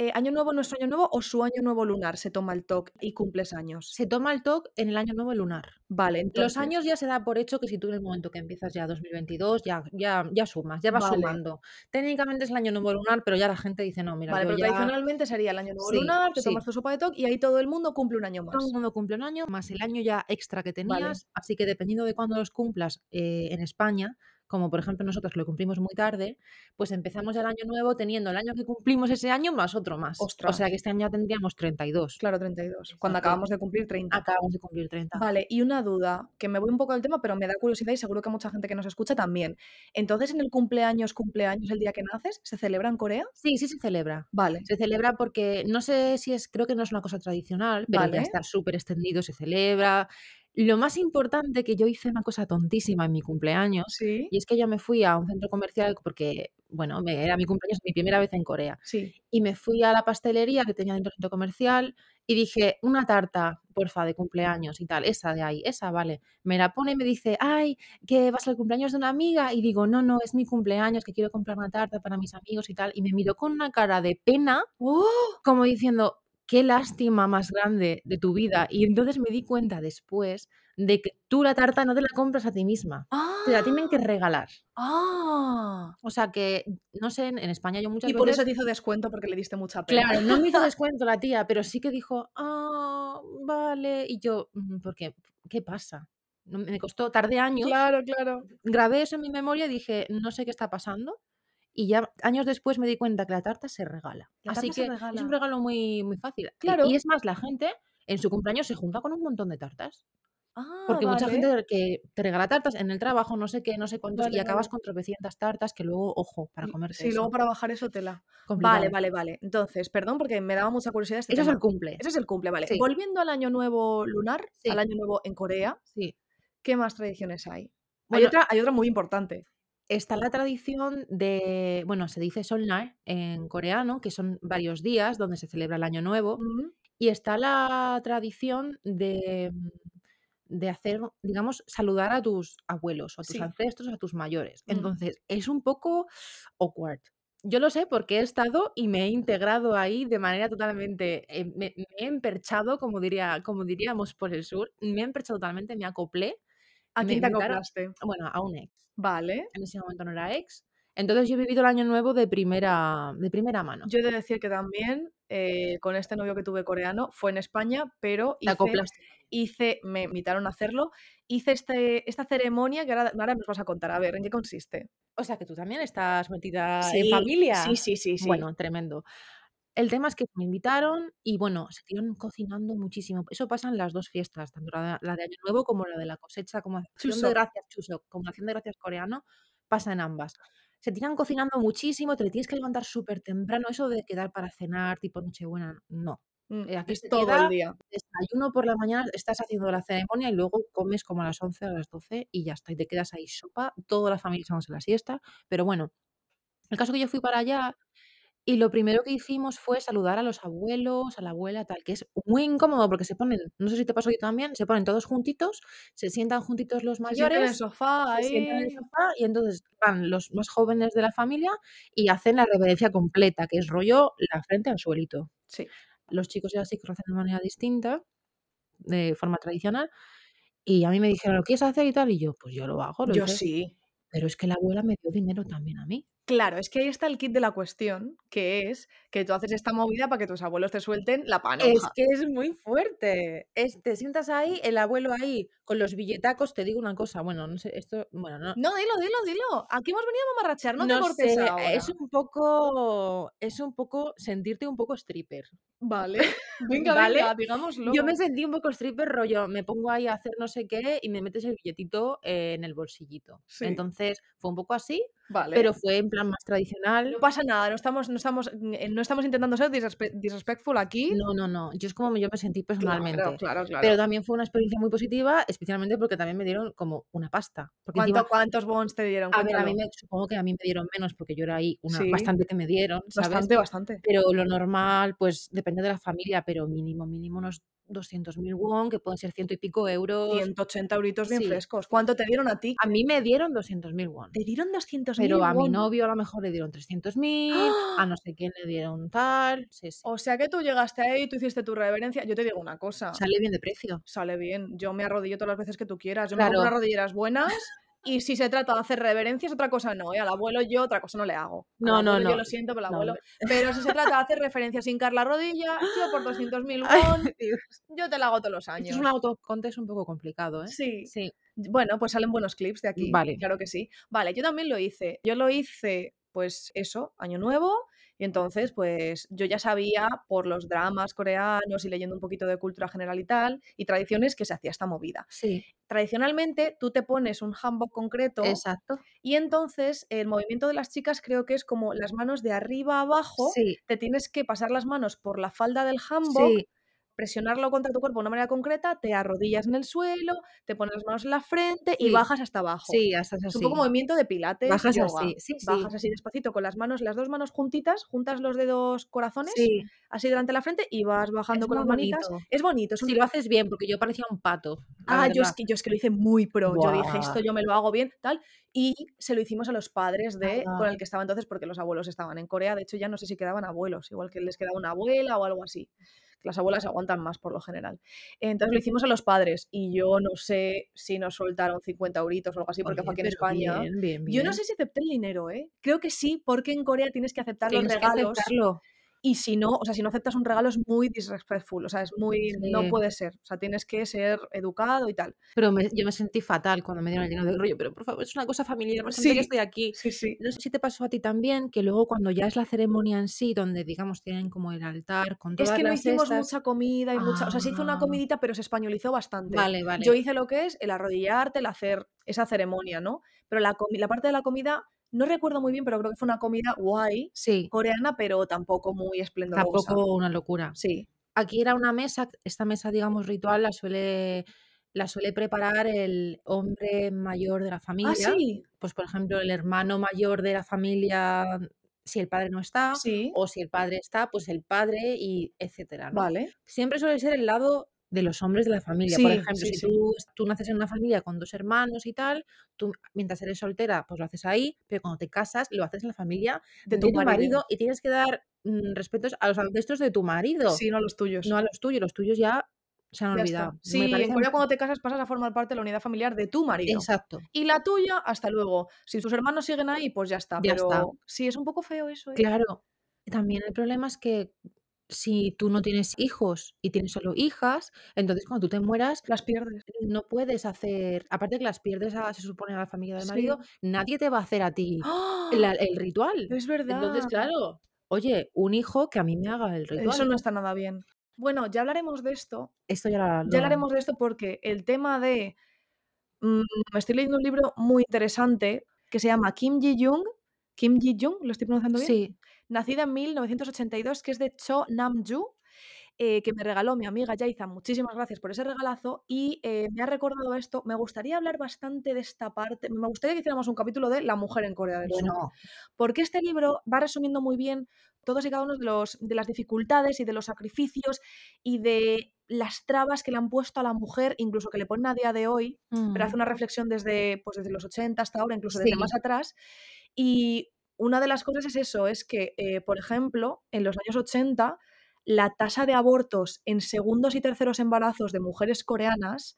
Speaker 2: eh, año nuevo, nuestro año nuevo o su año nuevo lunar, se toma el TOC y cumples años.
Speaker 1: Se toma el TOC en el año nuevo lunar.
Speaker 2: Vale,
Speaker 1: Los años
Speaker 2: entonces,
Speaker 1: ya se da por hecho que si tú en el momento que empiezas ya 2022, ya, ya, ya sumas, ya vas
Speaker 2: vale.
Speaker 1: sumando. Técnicamente es el año nuevo lunar, pero ya la gente dice, no, mira,
Speaker 2: Vale,
Speaker 1: yo
Speaker 2: pero
Speaker 1: ya...
Speaker 2: tradicionalmente sería el año nuevo
Speaker 1: Sí,
Speaker 2: lunar, te tomas
Speaker 1: sí,
Speaker 2: tu sopa de TOC y ahí todo el mundo cumple un año
Speaker 1: todo el
Speaker 2: más.
Speaker 1: mundo cumple un año, más el año ya extra que
Speaker 2: Vale,
Speaker 1: tenías, así que dependiendo de cuándo los cumplas eh, en España, como por ejemplo nosotros lo cumplimos muy tarde, pues empezamos ya el año nuevo teniendo el año que cumplimos ese año más otro más. O
Speaker 2: ostras,
Speaker 1: sea que este año ya tendríamos 32.
Speaker 2: claro, 32,
Speaker 1: Exacto.
Speaker 2: cuando acabamos de cumplir 30.
Speaker 1: Acabamos de cumplir 30.
Speaker 2: Vale, y una duda, que me voy un poco del tema, pero me da curiosidad y seguro que a mucha gente que nos escucha también. Entonces, en el cumpleaños, cumpleaños, el día que naces, ¿se celebra en Corea?
Speaker 1: Sí, sí se celebra.
Speaker 2: Vale,
Speaker 1: Se celebra porque no sé si es, creo que no es una cosa tradicional, pero ya
Speaker 2: vale,
Speaker 1: está súper extendido, se celebra. Lo más importante que yo hice una cosa tontísima en mi cumpleaños,
Speaker 2: Sí.
Speaker 1: y es que yo me fui a un centro comercial porque, bueno, me- era mi cumpleaños, mi primera vez en Corea,
Speaker 2: Sí.
Speaker 1: y me fui a la pastelería que tenía dentro del centro comercial y dije, una tarta, porfa, de cumpleaños y tal, esa de ahí, esa, vale. Me la pone y me dice, ay, que vas al cumpleaños de una amiga, y digo, no, no, es mi cumpleaños, que quiero comprar una tarta para mis amigos y tal, y me miró con una cara de pena
Speaker 2: ¡Oh!
Speaker 1: como diciendo, qué lástima más grande de tu vida. Y entonces me di cuenta después de que tú la tarta no te la compras a ti misma, te la tienen que
Speaker 2: ¡Ah!
Speaker 1: regalar.
Speaker 2: ¡Ah!
Speaker 1: O sea que, no sé, en, en España yo muchas
Speaker 2: Y por eso
Speaker 1: veces,
Speaker 2: te hizo descuento porque le diste mucha pena.
Speaker 1: claro, no me hizo descuento la tía, pero sí que dijo, ah, vale. Y yo, "Mm, ¿por qué? ¿Qué pasa? No- Me costó, tardé años,
Speaker 2: Claro, claro.
Speaker 1: grabé eso en mi memoria y dije, no sé qué está pasando. Y ya años después me di cuenta que la tarta se regala.
Speaker 2: La
Speaker 1: Así
Speaker 2: tarta se
Speaker 1: que es
Speaker 2: regala.
Speaker 1: un regalo muy, muy fácil. Y,
Speaker 2: Claro.
Speaker 1: y es más, la gente en su cumpleaños se junta con un montón de tartas.
Speaker 2: Ah,
Speaker 1: Porque mucha
Speaker 2: vale.
Speaker 1: gente que te regala tartas en el trabajo, no sé qué, no sé cuántos, y
Speaker 2: Vale,
Speaker 1: acabas
Speaker 2: vale.
Speaker 1: con tropecientas tartas que luego, ojo, para
Speaker 2: L-
Speaker 1: comerte
Speaker 2: Sí, luego
Speaker 1: eso.
Speaker 2: para bajar eso tela. Vale,
Speaker 1: Complicado.
Speaker 2: vale, vale. Entonces, perdón porque me daba mucha curiosidad este
Speaker 1: Eso es el
Speaker 2: tema.
Speaker 1: cumple.
Speaker 2: Ese es el cumple, vale.
Speaker 1: Sí,
Speaker 2: Volviendo al año nuevo lunar, al
Speaker 1: sí,
Speaker 2: año nuevo en Corea,
Speaker 1: sí.
Speaker 2: ¿qué más tradiciones hay? Hay
Speaker 1: Bueno,
Speaker 2: otra, hay otra muy importante.
Speaker 1: está la tradición de, bueno, se dice Solnar en coreano, que son varios días donde se celebra el año nuevo.
Speaker 2: Ujú.
Speaker 1: Y está la tradición de, mm, de hacer, digamos, saludar a tus abuelos, o a tus
Speaker 2: Sí.
Speaker 1: ancestros, a tus mayores.
Speaker 2: Mm.
Speaker 1: Entonces, es un poco awkward. Yo lo sé porque he estado y me he integrado ahí de manera totalmente, eh, me, me he emperchado, como, diría, como diríamos por el sur, me he emperchado totalmente, me acoplé,
Speaker 2: ¿A
Speaker 1: me,
Speaker 2: quién te
Speaker 1: me claro,
Speaker 2: acoplaste?
Speaker 1: bueno, a un ex.
Speaker 2: Vale.
Speaker 1: En ese momento no era ex. Entonces yo he vivido el año nuevo de primera, de primera mano.
Speaker 2: Yo he de decir que también eh, con este novio que tuve coreano fue en España, pero
Speaker 1: Te
Speaker 2: hice,
Speaker 1: acoplaste.
Speaker 2: hice, me invitaron a hacerlo, hice este, esta ceremonia que ahora, ahora nos vas a contar. A ver, ¿en qué consiste? Ah,
Speaker 1: O sea, que tú también estás metida en
Speaker 2: Sí, sí,
Speaker 1: familia.
Speaker 2: sí, sí, sí.
Speaker 1: Bueno, tremendo. El tema es que me invitaron y bueno, se estuvieron cocinando muchísimo. Eso pasa en las dos fiestas, tanto la de, la de Año Nuevo como la de la cosecha, como acción de
Speaker 2: Chuseok.
Speaker 1: gracias, Chuseok, como acción de gracias coreano, pasa en ambas. Se tiran cocinando muchísimo, te tienes que levantar súper temprano, eso de quedar para cenar, tipo Nochebuena, no.
Speaker 2: Mm,
Speaker 1: Eh, aquí
Speaker 2: es
Speaker 1: se
Speaker 2: todo el
Speaker 1: queda
Speaker 2: día.
Speaker 1: desayuno por la mañana, estás haciendo la ceremonia y luego comes como a las 11 o a las 12 y ya está, y te quedas ahí sopa, toda la familia echándose la siesta, pero bueno, el caso que yo fui para allá y lo primero que hicimos fue saludar a los abuelos, a la abuela, tal, que es muy incómodo porque se ponen, no sé si te pasó a ti también, se ponen todos juntitos, se sientan juntitos los
Speaker 2: Se sienta en el
Speaker 1: mayores,
Speaker 2: sofá
Speaker 1: se sientan en el
Speaker 2: ahí.
Speaker 1: sofá y entonces van los más jóvenes de la familia y hacen la reverencia completa, que es rollo la frente al suelito.
Speaker 2: Sí.
Speaker 1: Los chicos y las chicas lo hacen de manera distinta, de forma tradicional, y a mí me dijeron, ¿lo quieres hacer y tal? Y yo, pues yo lo hago, lo
Speaker 2: Yo
Speaker 1: hice,
Speaker 2: sí.
Speaker 1: pero es que la abuela me dio dinero también a mí.
Speaker 2: Claro, es que ahí está el kit de la cuestión, que es que tú haces esta movida para que tus abuelos te suelten la
Speaker 1: Es
Speaker 2: panoja.
Speaker 1: que es muy fuerte. Es- te sientas ahí, el abuelo ahí, con los billetacos, te digo una cosa, bueno, no sé, esto, bueno, no,
Speaker 2: No, dilo, dilo, dilo. Aquí hemos venido a mamarrachear, no te
Speaker 1: no
Speaker 2: cortes
Speaker 1: sé, eh,
Speaker 2: ahora.
Speaker 1: es un poco, es un poco sentirte un poco stripper,
Speaker 2: Vale. Venga,
Speaker 1: ¿vale? Yo
Speaker 2: venga,
Speaker 1: me
Speaker 2: digámoslo.
Speaker 1: sentí un poco stripper rollo, me pongo ahí a hacer no sé qué y me metes el billetito eh, en el bolsillito.
Speaker 2: Sí,
Speaker 1: Entonces, fue un poco así,
Speaker 2: vale.
Speaker 1: pero fue en plan más tradicional.
Speaker 2: No pasa nada, no estamos, no estamos, eh, no estamos intentando ser disrespe- disrespectful aquí.
Speaker 1: No, no, no. Yo es como yo me sentí
Speaker 2: Claro,
Speaker 1: personalmente.
Speaker 2: claro, claro.
Speaker 1: Pero también fue una experiencia muy positiva, especialmente porque también me dieron como una pasta. Porque
Speaker 2: ¿Cuánto,
Speaker 1: encima,
Speaker 2: ¿Cuántos bons te dieron?
Speaker 1: a ver, a
Speaker 2: Cuéntalo.
Speaker 1: mí me, supongo que a mí me dieron menos porque yo era ahí una
Speaker 2: Sí,
Speaker 1: bastante que me dieron, ¿sabes?
Speaker 2: bastante, bastante.
Speaker 1: Pero lo normal, pues depende de la familia, pero mínimo, mínimo unos 200.000 won, que pueden ser ciento y pico euros.
Speaker 2: 180 euritos bien
Speaker 1: Sí,
Speaker 2: frescos.
Speaker 1: sí,
Speaker 2: ¿Cuánto te
Speaker 1: sí.
Speaker 2: dieron a ti?
Speaker 1: A mí me dieron 200.000 won.
Speaker 2: Te dieron 200.000
Speaker 1: Pero a mi
Speaker 2: won.
Speaker 1: novio a lo mejor le dieron 300.000, a
Speaker 2: ¡Ah!
Speaker 1: no sé quién le dieron tal. Sí, sí.
Speaker 2: O sea que tú llegaste ahí, tú hiciste tu reverencia. Yo te digo una cosa,
Speaker 1: Sale bien de precio.
Speaker 2: sale bien. Yo me arrodillo todas las veces que tú quieras. Yo me
Speaker 1: Claro,
Speaker 2: compro unas rodilleras buenas y si se trata de hacer reverencias, otra cosa no. ¿eh? Al abuelo yo otra cosa no le hago. Al
Speaker 1: No, no,
Speaker 2: abuelo yo
Speaker 1: no.
Speaker 2: lo siento por el
Speaker 1: No.
Speaker 2: abuelo. Pero si se trata de hacer referencia sin hincar la rodilla, yo por 200.000
Speaker 1: Ay,
Speaker 2: won,
Speaker 1: Dios.
Speaker 2: yo te la hago todos los
Speaker 1: Esto es un
Speaker 2: años.
Speaker 1: autocontest un poco complicado, ¿eh?
Speaker 2: Sí.
Speaker 1: Sí.
Speaker 2: Bueno, pues salen buenos clips de aquí,
Speaker 1: Vale.
Speaker 2: claro que sí. Vale, yo también lo hice. Yo lo hice, pues eso, año nuevo, y entonces, pues yo ya sabía por los dramas coreanos y leyendo un poquito de cultura general y tal, y tradiciones que se hacía esta movida.
Speaker 1: Sí.
Speaker 2: Tradicionalmente, tú te pones un hanbok concreto
Speaker 1: Exacto.
Speaker 2: y entonces el movimiento de las chicas creo que es como las manos de arriba a abajo,
Speaker 1: Sí.
Speaker 2: te tienes que pasar las manos por la falda del hanbok
Speaker 1: Sí.
Speaker 2: presionarlo contra tu cuerpo de una manera concreta, te arrodillas en el suelo, te pones las manos en la frente y
Speaker 1: Sí.
Speaker 2: bajas hasta abajo.
Speaker 1: Sí, hasta es
Speaker 2: Es
Speaker 1: así.
Speaker 2: un poco movimiento de pilates.
Speaker 1: Bajas
Speaker 2: yoga.
Speaker 1: así, sí, sí.
Speaker 2: Bajas así despacito con las manos, las dos manos juntitas, juntas los dedos corazones,
Speaker 1: Sí,
Speaker 2: así delante de la frente y vas bajando
Speaker 1: Es
Speaker 2: con
Speaker 1: muy
Speaker 2: las manitas.
Speaker 1: bonito.
Speaker 2: Es bonito, es un
Speaker 1: si lo haces bien, porque yo parecía un pato. la
Speaker 2: Ah, yo es,
Speaker 1: verdad.
Speaker 2: que, yo es que lo hice muy pro. Yo dije,
Speaker 1: Buah.
Speaker 2: esto yo me lo hago bien, tal. Y se lo hicimos a los padres de
Speaker 1: Ah.
Speaker 2: con el que estaba entonces, porque los abuelos estaban en Corea. De hecho, ya no sé si quedaban abuelos, igual que les quedaba una abuela o algo así. Las abuelas aguantan más por lo general. Entonces lo hicimos a los padres y yo no sé si nos soltaron 50 euritos o algo así, porque
Speaker 1: Oye,
Speaker 2: fue aquí en
Speaker 1: pero
Speaker 2: España.
Speaker 1: Bien, bien,
Speaker 2: Yo no
Speaker 1: bien.
Speaker 2: sé si acepté el dinero, ¿eh? Creo que sí, porque en Corea tienes que aceptar los
Speaker 1: Tienes que
Speaker 2: regalos.
Speaker 1: aceptarlo.
Speaker 2: Y si no, o sea, si no aceptas un regalo es muy disrespectful, o sea, es muy, no
Speaker 1: Sí.
Speaker 2: puede ser, o sea, tienes que ser educado y tal.
Speaker 1: Pero me- yo me sentí fatal cuando me dieron el dinero del rollo. Pero por favor, es una cosa familiar, me senté que
Speaker 2: Sí,
Speaker 1: estoy aquí.
Speaker 2: sí, sí.
Speaker 1: No sé si te pasó a ti también, que luego cuando ya es la ceremonia en sí, donde digamos tienen como el altar con
Speaker 2: Es
Speaker 1: todas
Speaker 2: que no
Speaker 1: las
Speaker 2: hicimos
Speaker 1: estas.
Speaker 2: mucha comida y mucha, o sea, se hizo una
Speaker 1: Ah,
Speaker 2: comidita, pero se españolizó bastante.
Speaker 1: vale,
Speaker 2: Yo
Speaker 1: vale.
Speaker 2: hice lo que es el arrodillarte, el hacer esa ceremonia, ¿no? Pero la, comi- la parte de la comida, no recuerdo muy bien, pero creo que fue una comida guay,
Speaker 1: Sí,
Speaker 2: coreana, pero tampoco muy esplendorosa.
Speaker 1: tampoco una locura.
Speaker 2: Sí,
Speaker 1: Aquí era una mesa, esta mesa, digamos, ritual, la suele, la suele preparar el hombre mayor de la
Speaker 2: Ah,
Speaker 1: familia.
Speaker 2: sí,
Speaker 1: Pues, por ejemplo, el hermano mayor de la familia, si el padre no está,
Speaker 2: sí,
Speaker 1: o si el padre está, pues el padre y etcétera, ¿no?
Speaker 2: vale.
Speaker 1: Siempre suele ser el lado de los hombres de la familia. Por
Speaker 2: Sí,
Speaker 1: ejemplo,
Speaker 2: sí,
Speaker 1: si
Speaker 2: sí.
Speaker 1: tú, tú naces en una familia con dos hermanos y tal, tú mientras eres soltera, pues lo haces ahí, pero cuando te casas, lo haces en la familia
Speaker 2: De tu
Speaker 1: de tu
Speaker 2: marido.
Speaker 1: marido y tienes que dar mm, respetos a los ancestros de tu marido
Speaker 2: Sí, no los tuyos.
Speaker 1: no a los tuyos, los tuyos ya se han
Speaker 2: Ya está.
Speaker 1: olvidado. Me
Speaker 2: Sí, en
Speaker 1: parece
Speaker 2: Corea cuando te casas pasas a formar parte de la unidad familiar de tu marido.
Speaker 1: exacto.
Speaker 2: Y la tuya, hasta luego. Si tus hermanos siguen ahí, pues ya está.
Speaker 1: Ya está.
Speaker 2: Pero sí, es un poco feo eso, ¿eh?
Speaker 1: Claro. También el problema es que si tú no tienes hijos y tienes solo hijas, entonces cuando tú te mueras
Speaker 2: Las pierdes.
Speaker 1: no puedes hacer, aparte que las pierdes a, se supone a la familia del marido,
Speaker 2: Sí.
Speaker 1: nadie te va a hacer a ti
Speaker 2: ¡Ah!
Speaker 1: la- el ritual.
Speaker 2: Es
Speaker 1: Entonces,
Speaker 2: verdad.
Speaker 1: claro, oye, un hijo que a mí me haga el
Speaker 2: Eso
Speaker 1: ritual.
Speaker 2: no está nada bien. Bueno, ya hablaremos de esto.
Speaker 1: Esto ya la-
Speaker 2: Ya
Speaker 1: lo...
Speaker 2: hablaremos de esto porque el tema de... mm, me estoy leyendo un libro muy interesante que se llama Kim Ji-jung. Kim Ji-jung, ¿lo estoy pronunciando bien?
Speaker 1: Sí,
Speaker 2: Nacida en 1982, que es de Cho Nam-ju, eh, que me regaló mi amiga Yaiza. Muchísimas gracias por ese regalazo. Y eh, me ha recordado esto. Me gustaría hablar bastante de esta parte. Me gustaría que hiciéramos un capítulo de La mujer en Corea del Sur.
Speaker 1: bueno,
Speaker 2: Porque este libro va resumiendo muy bien todos y cada uno de, los, de las dificultades y de los sacrificios y de las trabas que le han puesto a la mujer, incluso que le ponen a día de hoy, pero hace
Speaker 1: mm,
Speaker 2: una reflexión desde, pues, desde los 80 hasta ahora, incluso desde más
Speaker 1: sí,
Speaker 2: atrás. Y una de las cosas es eso, es que, eh, por ejemplo, en los años 80, la tasa de abortos en segundos y terceros embarazos de mujeres coreanas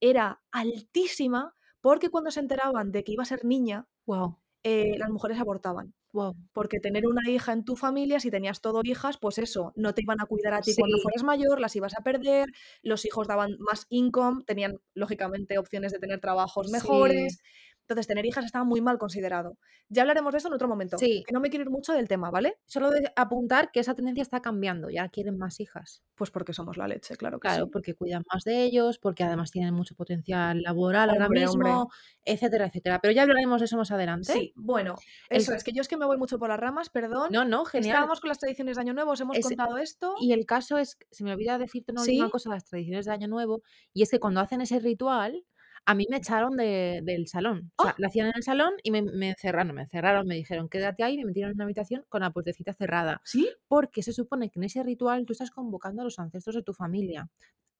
Speaker 2: era altísima porque cuando se enteraban de que iba a ser niña,
Speaker 1: wow,
Speaker 2: eh, las mujeres abortaban
Speaker 1: wow,
Speaker 2: porque tener una hija en tu familia, si tenías todo hijas, pues eso, no te iban a cuidar a ti cuando
Speaker 1: sí,
Speaker 2: fueras mayor, las ibas a perder, los hijos daban más income, tenían lógicamente opciones de tener trabajos
Speaker 1: sí,
Speaker 2: mejores. Entonces, tener hijas estaba muy mal considerado. Ya hablaremos de esto en otro momento,
Speaker 1: sí.
Speaker 2: que no me quiero ir mucho del tema, ¿vale?
Speaker 1: solo de apuntar que esa tendencia está cambiando, ya quieren más hijas.
Speaker 2: Pues porque somos la leche, claro que
Speaker 1: Claro,
Speaker 2: sí.
Speaker 1: porque cuidan más de ellos, porque además tienen mucho potencial laboral ahora
Speaker 2: Hombre, hombre.
Speaker 1: mismo, etcétera, etcétera. Pero ya hablaremos de eso más adelante.
Speaker 2: Sí, bueno,
Speaker 1: El,
Speaker 2: eso es que yo es que me voy mucho por las ramas, perdón.
Speaker 1: no, no, genial.
Speaker 2: Estábamos con las tradiciones de Año Nuevo, os hemos
Speaker 1: Es,
Speaker 2: contado esto.
Speaker 1: y el caso es, se me olvida decirte una última
Speaker 2: Sí,
Speaker 1: cosa, de las tradiciones de Año Nuevo, y es que cuando hacen ese ritual, a mí me echaron de- del salón. O sea,
Speaker 2: ¡Ah!
Speaker 1: lo hacían en el salón y me, me encerraron, me encerraron, me dijeron, quédate ahí, y me metieron en una habitación con la puertecita cerrada.
Speaker 2: ¿Sí?
Speaker 1: Porque se supone que en ese ritual tú estás convocando a los ancestros de tu familia.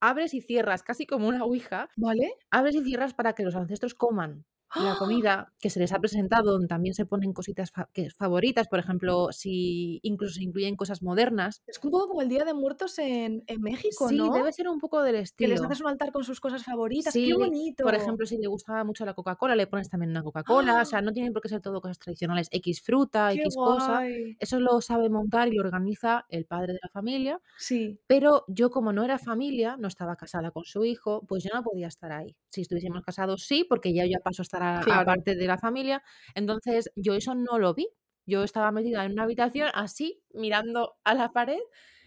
Speaker 1: Abres y cierras, casi como una ouija,
Speaker 2: ¿Vale?
Speaker 1: abres y cierras para que los ancestros coman la
Speaker 2: ¡Ah!
Speaker 1: comida que se les ha presentado, donde también se ponen cositas fa- que favoritas, por ejemplo, si incluso se incluyen cosas modernas.
Speaker 2: Es un poco como el Día de Muertos en, en México,
Speaker 1: Sí,
Speaker 2: ¿no?
Speaker 1: debe ser un poco del
Speaker 2: Que les haces
Speaker 1: estilo.
Speaker 2: un altar con sus cosas favoritas. ¡Qué
Speaker 1: Sí, por
Speaker 2: bonito!
Speaker 1: ejemplo, si le gustaba mucho la Coca-Cola, le pones también una Coca-Cola. O
Speaker 2: ¡Ah!
Speaker 1: sea, no tienen por qué ser todo cosas tradicionales. X fruta,
Speaker 2: ¡Qué
Speaker 1: X cosa.
Speaker 2: guay!
Speaker 1: Eso lo sabe montar y lo organiza el padre de la familia.
Speaker 2: Sí,
Speaker 1: Pero yo, como no era familia, no estaba casada con su hijo, pues yo no podía estar ahí. Si estuviésemos casados, sí, porque ya yo ya paso a estar a-
Speaker 2: Mm. claro.
Speaker 1: aparte de la familia. Entonces, yo eso no lo vi. Yo estaba metida en una habitación así, mirando a la pared,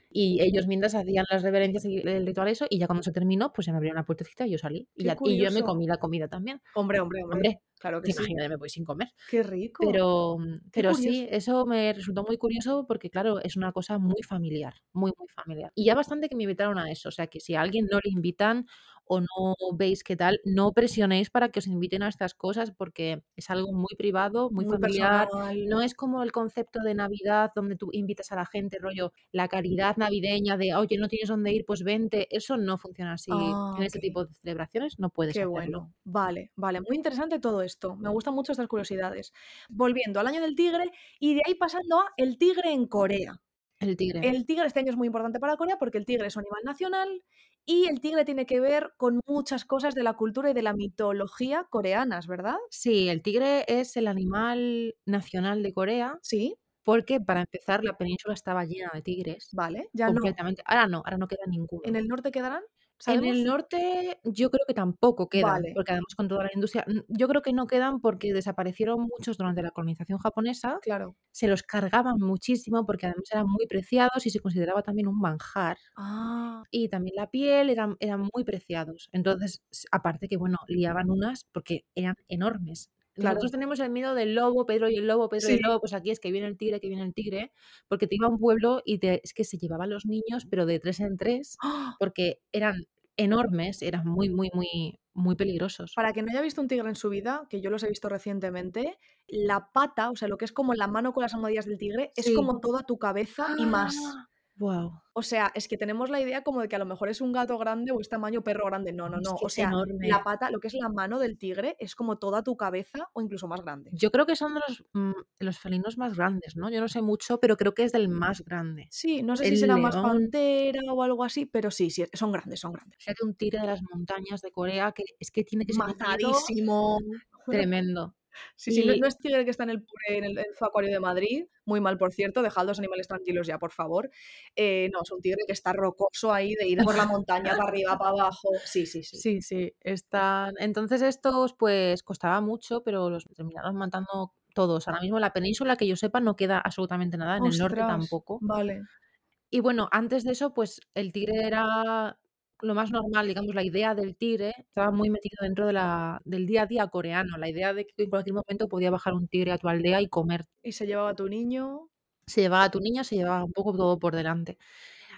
Speaker 1: Y ellos mientras hacían las reverencias y el ritual eso, y ya cuando se terminó, pues ya me abrieron la puertecita y yo salí. Y,
Speaker 2: Qué
Speaker 1: ya- y yo me
Speaker 2: curioso.
Speaker 1: comí la comida también.
Speaker 2: Hombre, hombre, hombre.
Speaker 1: Hombre,
Speaker 2: Claro que
Speaker 1: que
Speaker 2: sí.
Speaker 1: imagínate, me voy sin comer.
Speaker 2: Qué rico.
Speaker 1: Pero, mm, pero sí,
Speaker 2: curioso.
Speaker 1: eso me resultó muy curioso porque, claro, es una cosa muy familiar, muy, muy familiar. Y ya bastante que me invitaron a eso. O sea, que si a alguien no le invitan o no veis qué tal, no presionéis para que os inviten a estas cosas porque es algo muy privado, muy
Speaker 2: Muy
Speaker 1: familiar.
Speaker 2: personal.
Speaker 1: No es como el concepto de Navidad donde tú invitas a la gente, rollo, la caridad navideña de, oye, no tienes dónde ir, pues vente. Eso no funciona así.
Speaker 2: Ah,
Speaker 1: En este
Speaker 2: ok.
Speaker 1: tipo de celebraciones no puedes
Speaker 2: Qué
Speaker 1: hacerlo.
Speaker 2: bueno. Vale, vale. Muy interesante todo esto. Me gustan mucho estas curiosidades. Volviendo al año del tigre y de ahí pasando a el tigre en Corea.
Speaker 1: El tigre.
Speaker 2: El tigre este año es muy importante para Corea porque el tigre es un animal nacional y el tigre tiene que ver con muchas cosas de la cultura y de la mitología coreanas, ¿verdad?
Speaker 1: Sí, el tigre es el animal nacional de Corea
Speaker 2: Sí,
Speaker 1: porque para empezar la península estaba llena de tigres
Speaker 2: vale. Ya no.
Speaker 1: completamente. Ahora no, ahora no queda ninguno.
Speaker 2: ¿En el norte quedarán?
Speaker 1: En el
Speaker 2: ¿Sabemos?
Speaker 1: norte yo creo que tampoco quedan,
Speaker 2: Vale,
Speaker 1: porque además con toda la industria, n- yo creo que no quedan porque desaparecieron muchos durante la colonización japonesa,
Speaker 2: claro.
Speaker 1: se los cargaban muchísimo porque además eran muy preciados y se consideraba también un manjar
Speaker 2: Ah,
Speaker 1: y también la piel eran, eran muy preciados. Entonces, s- aparte que, bueno, liaban unas porque eran enormes. Nosotros
Speaker 2: claro.
Speaker 1: tenemos el miedo del lobo, Pedro y el lobo, Pedro y
Speaker 2: Sí,
Speaker 1: el lobo, pues aquí es que viene el tigre, que viene el tigre, porque te iba a un pueblo y te- es que se llevaban los niños, pero de tres en tres,
Speaker 2: ¡Ah!
Speaker 1: porque eran enormes, eran muy, muy, muy, muy peligrosos.
Speaker 2: Para quien no haya visto un tigre en su vida, que yo los he visto recientemente, la pata, o sea, lo que es como la mano con las almohadillas del tigre, es
Speaker 1: Sí. ¡Ah!
Speaker 2: como toda tu cabeza y más.
Speaker 1: ¡Wow!
Speaker 2: O sea, es que tenemos la idea como de que a lo mejor es un gato grande o es tamaño perro grande. No, no,
Speaker 1: Es
Speaker 2: no.
Speaker 1: que
Speaker 2: O
Speaker 1: es
Speaker 2: sea, la
Speaker 1: enorme.
Speaker 2: pata, lo que es la mano del tigre, es como toda tu cabeza o incluso más grande.
Speaker 1: Yo creo que son de los, mm, los felinos más grandes, ¿no? Yo no sé mucho, pero creo que es del más grande.
Speaker 2: Sí, no sé si
Speaker 1: El
Speaker 2: será más
Speaker 1: león,
Speaker 2: pantera o algo así, pero sí, sí, son grandes, son grandes.
Speaker 1: Fíjate un tigre de las montañas de Corea que es que tiene que ser un miedo
Speaker 2: Matadísimo.
Speaker 1: tremendo.
Speaker 2: Sí, sí, no, no
Speaker 1: Y
Speaker 2: es tigre que está en el, puré- en el, en su acuario de Madrid, muy mal por cierto, dejad los animales tranquilos ya, por favor. Eh, no, es un tigre que está rocoso ahí de ir por la montaña para arriba, para abajo. Sí, sí, sí.
Speaker 1: sí, sí, están. Entonces estos pues costaba mucho, pero los terminaron matando todos. Ahora mismo en la península que yo sepa no queda absolutamente nada, en el norte
Speaker 2: Ostras,
Speaker 1: tampoco.
Speaker 2: vale.
Speaker 1: Y bueno, antes de eso pues el tigre era lo más normal, digamos, la idea del tigre estaba muy metido dentro de la, del día a día coreano, la idea de que en cualquier momento podía bajar un tigre a tu aldea y comer.
Speaker 2: Y se llevaba a tu niño.
Speaker 1: Se llevaba a tu niño, se llevaba un poco todo por delante.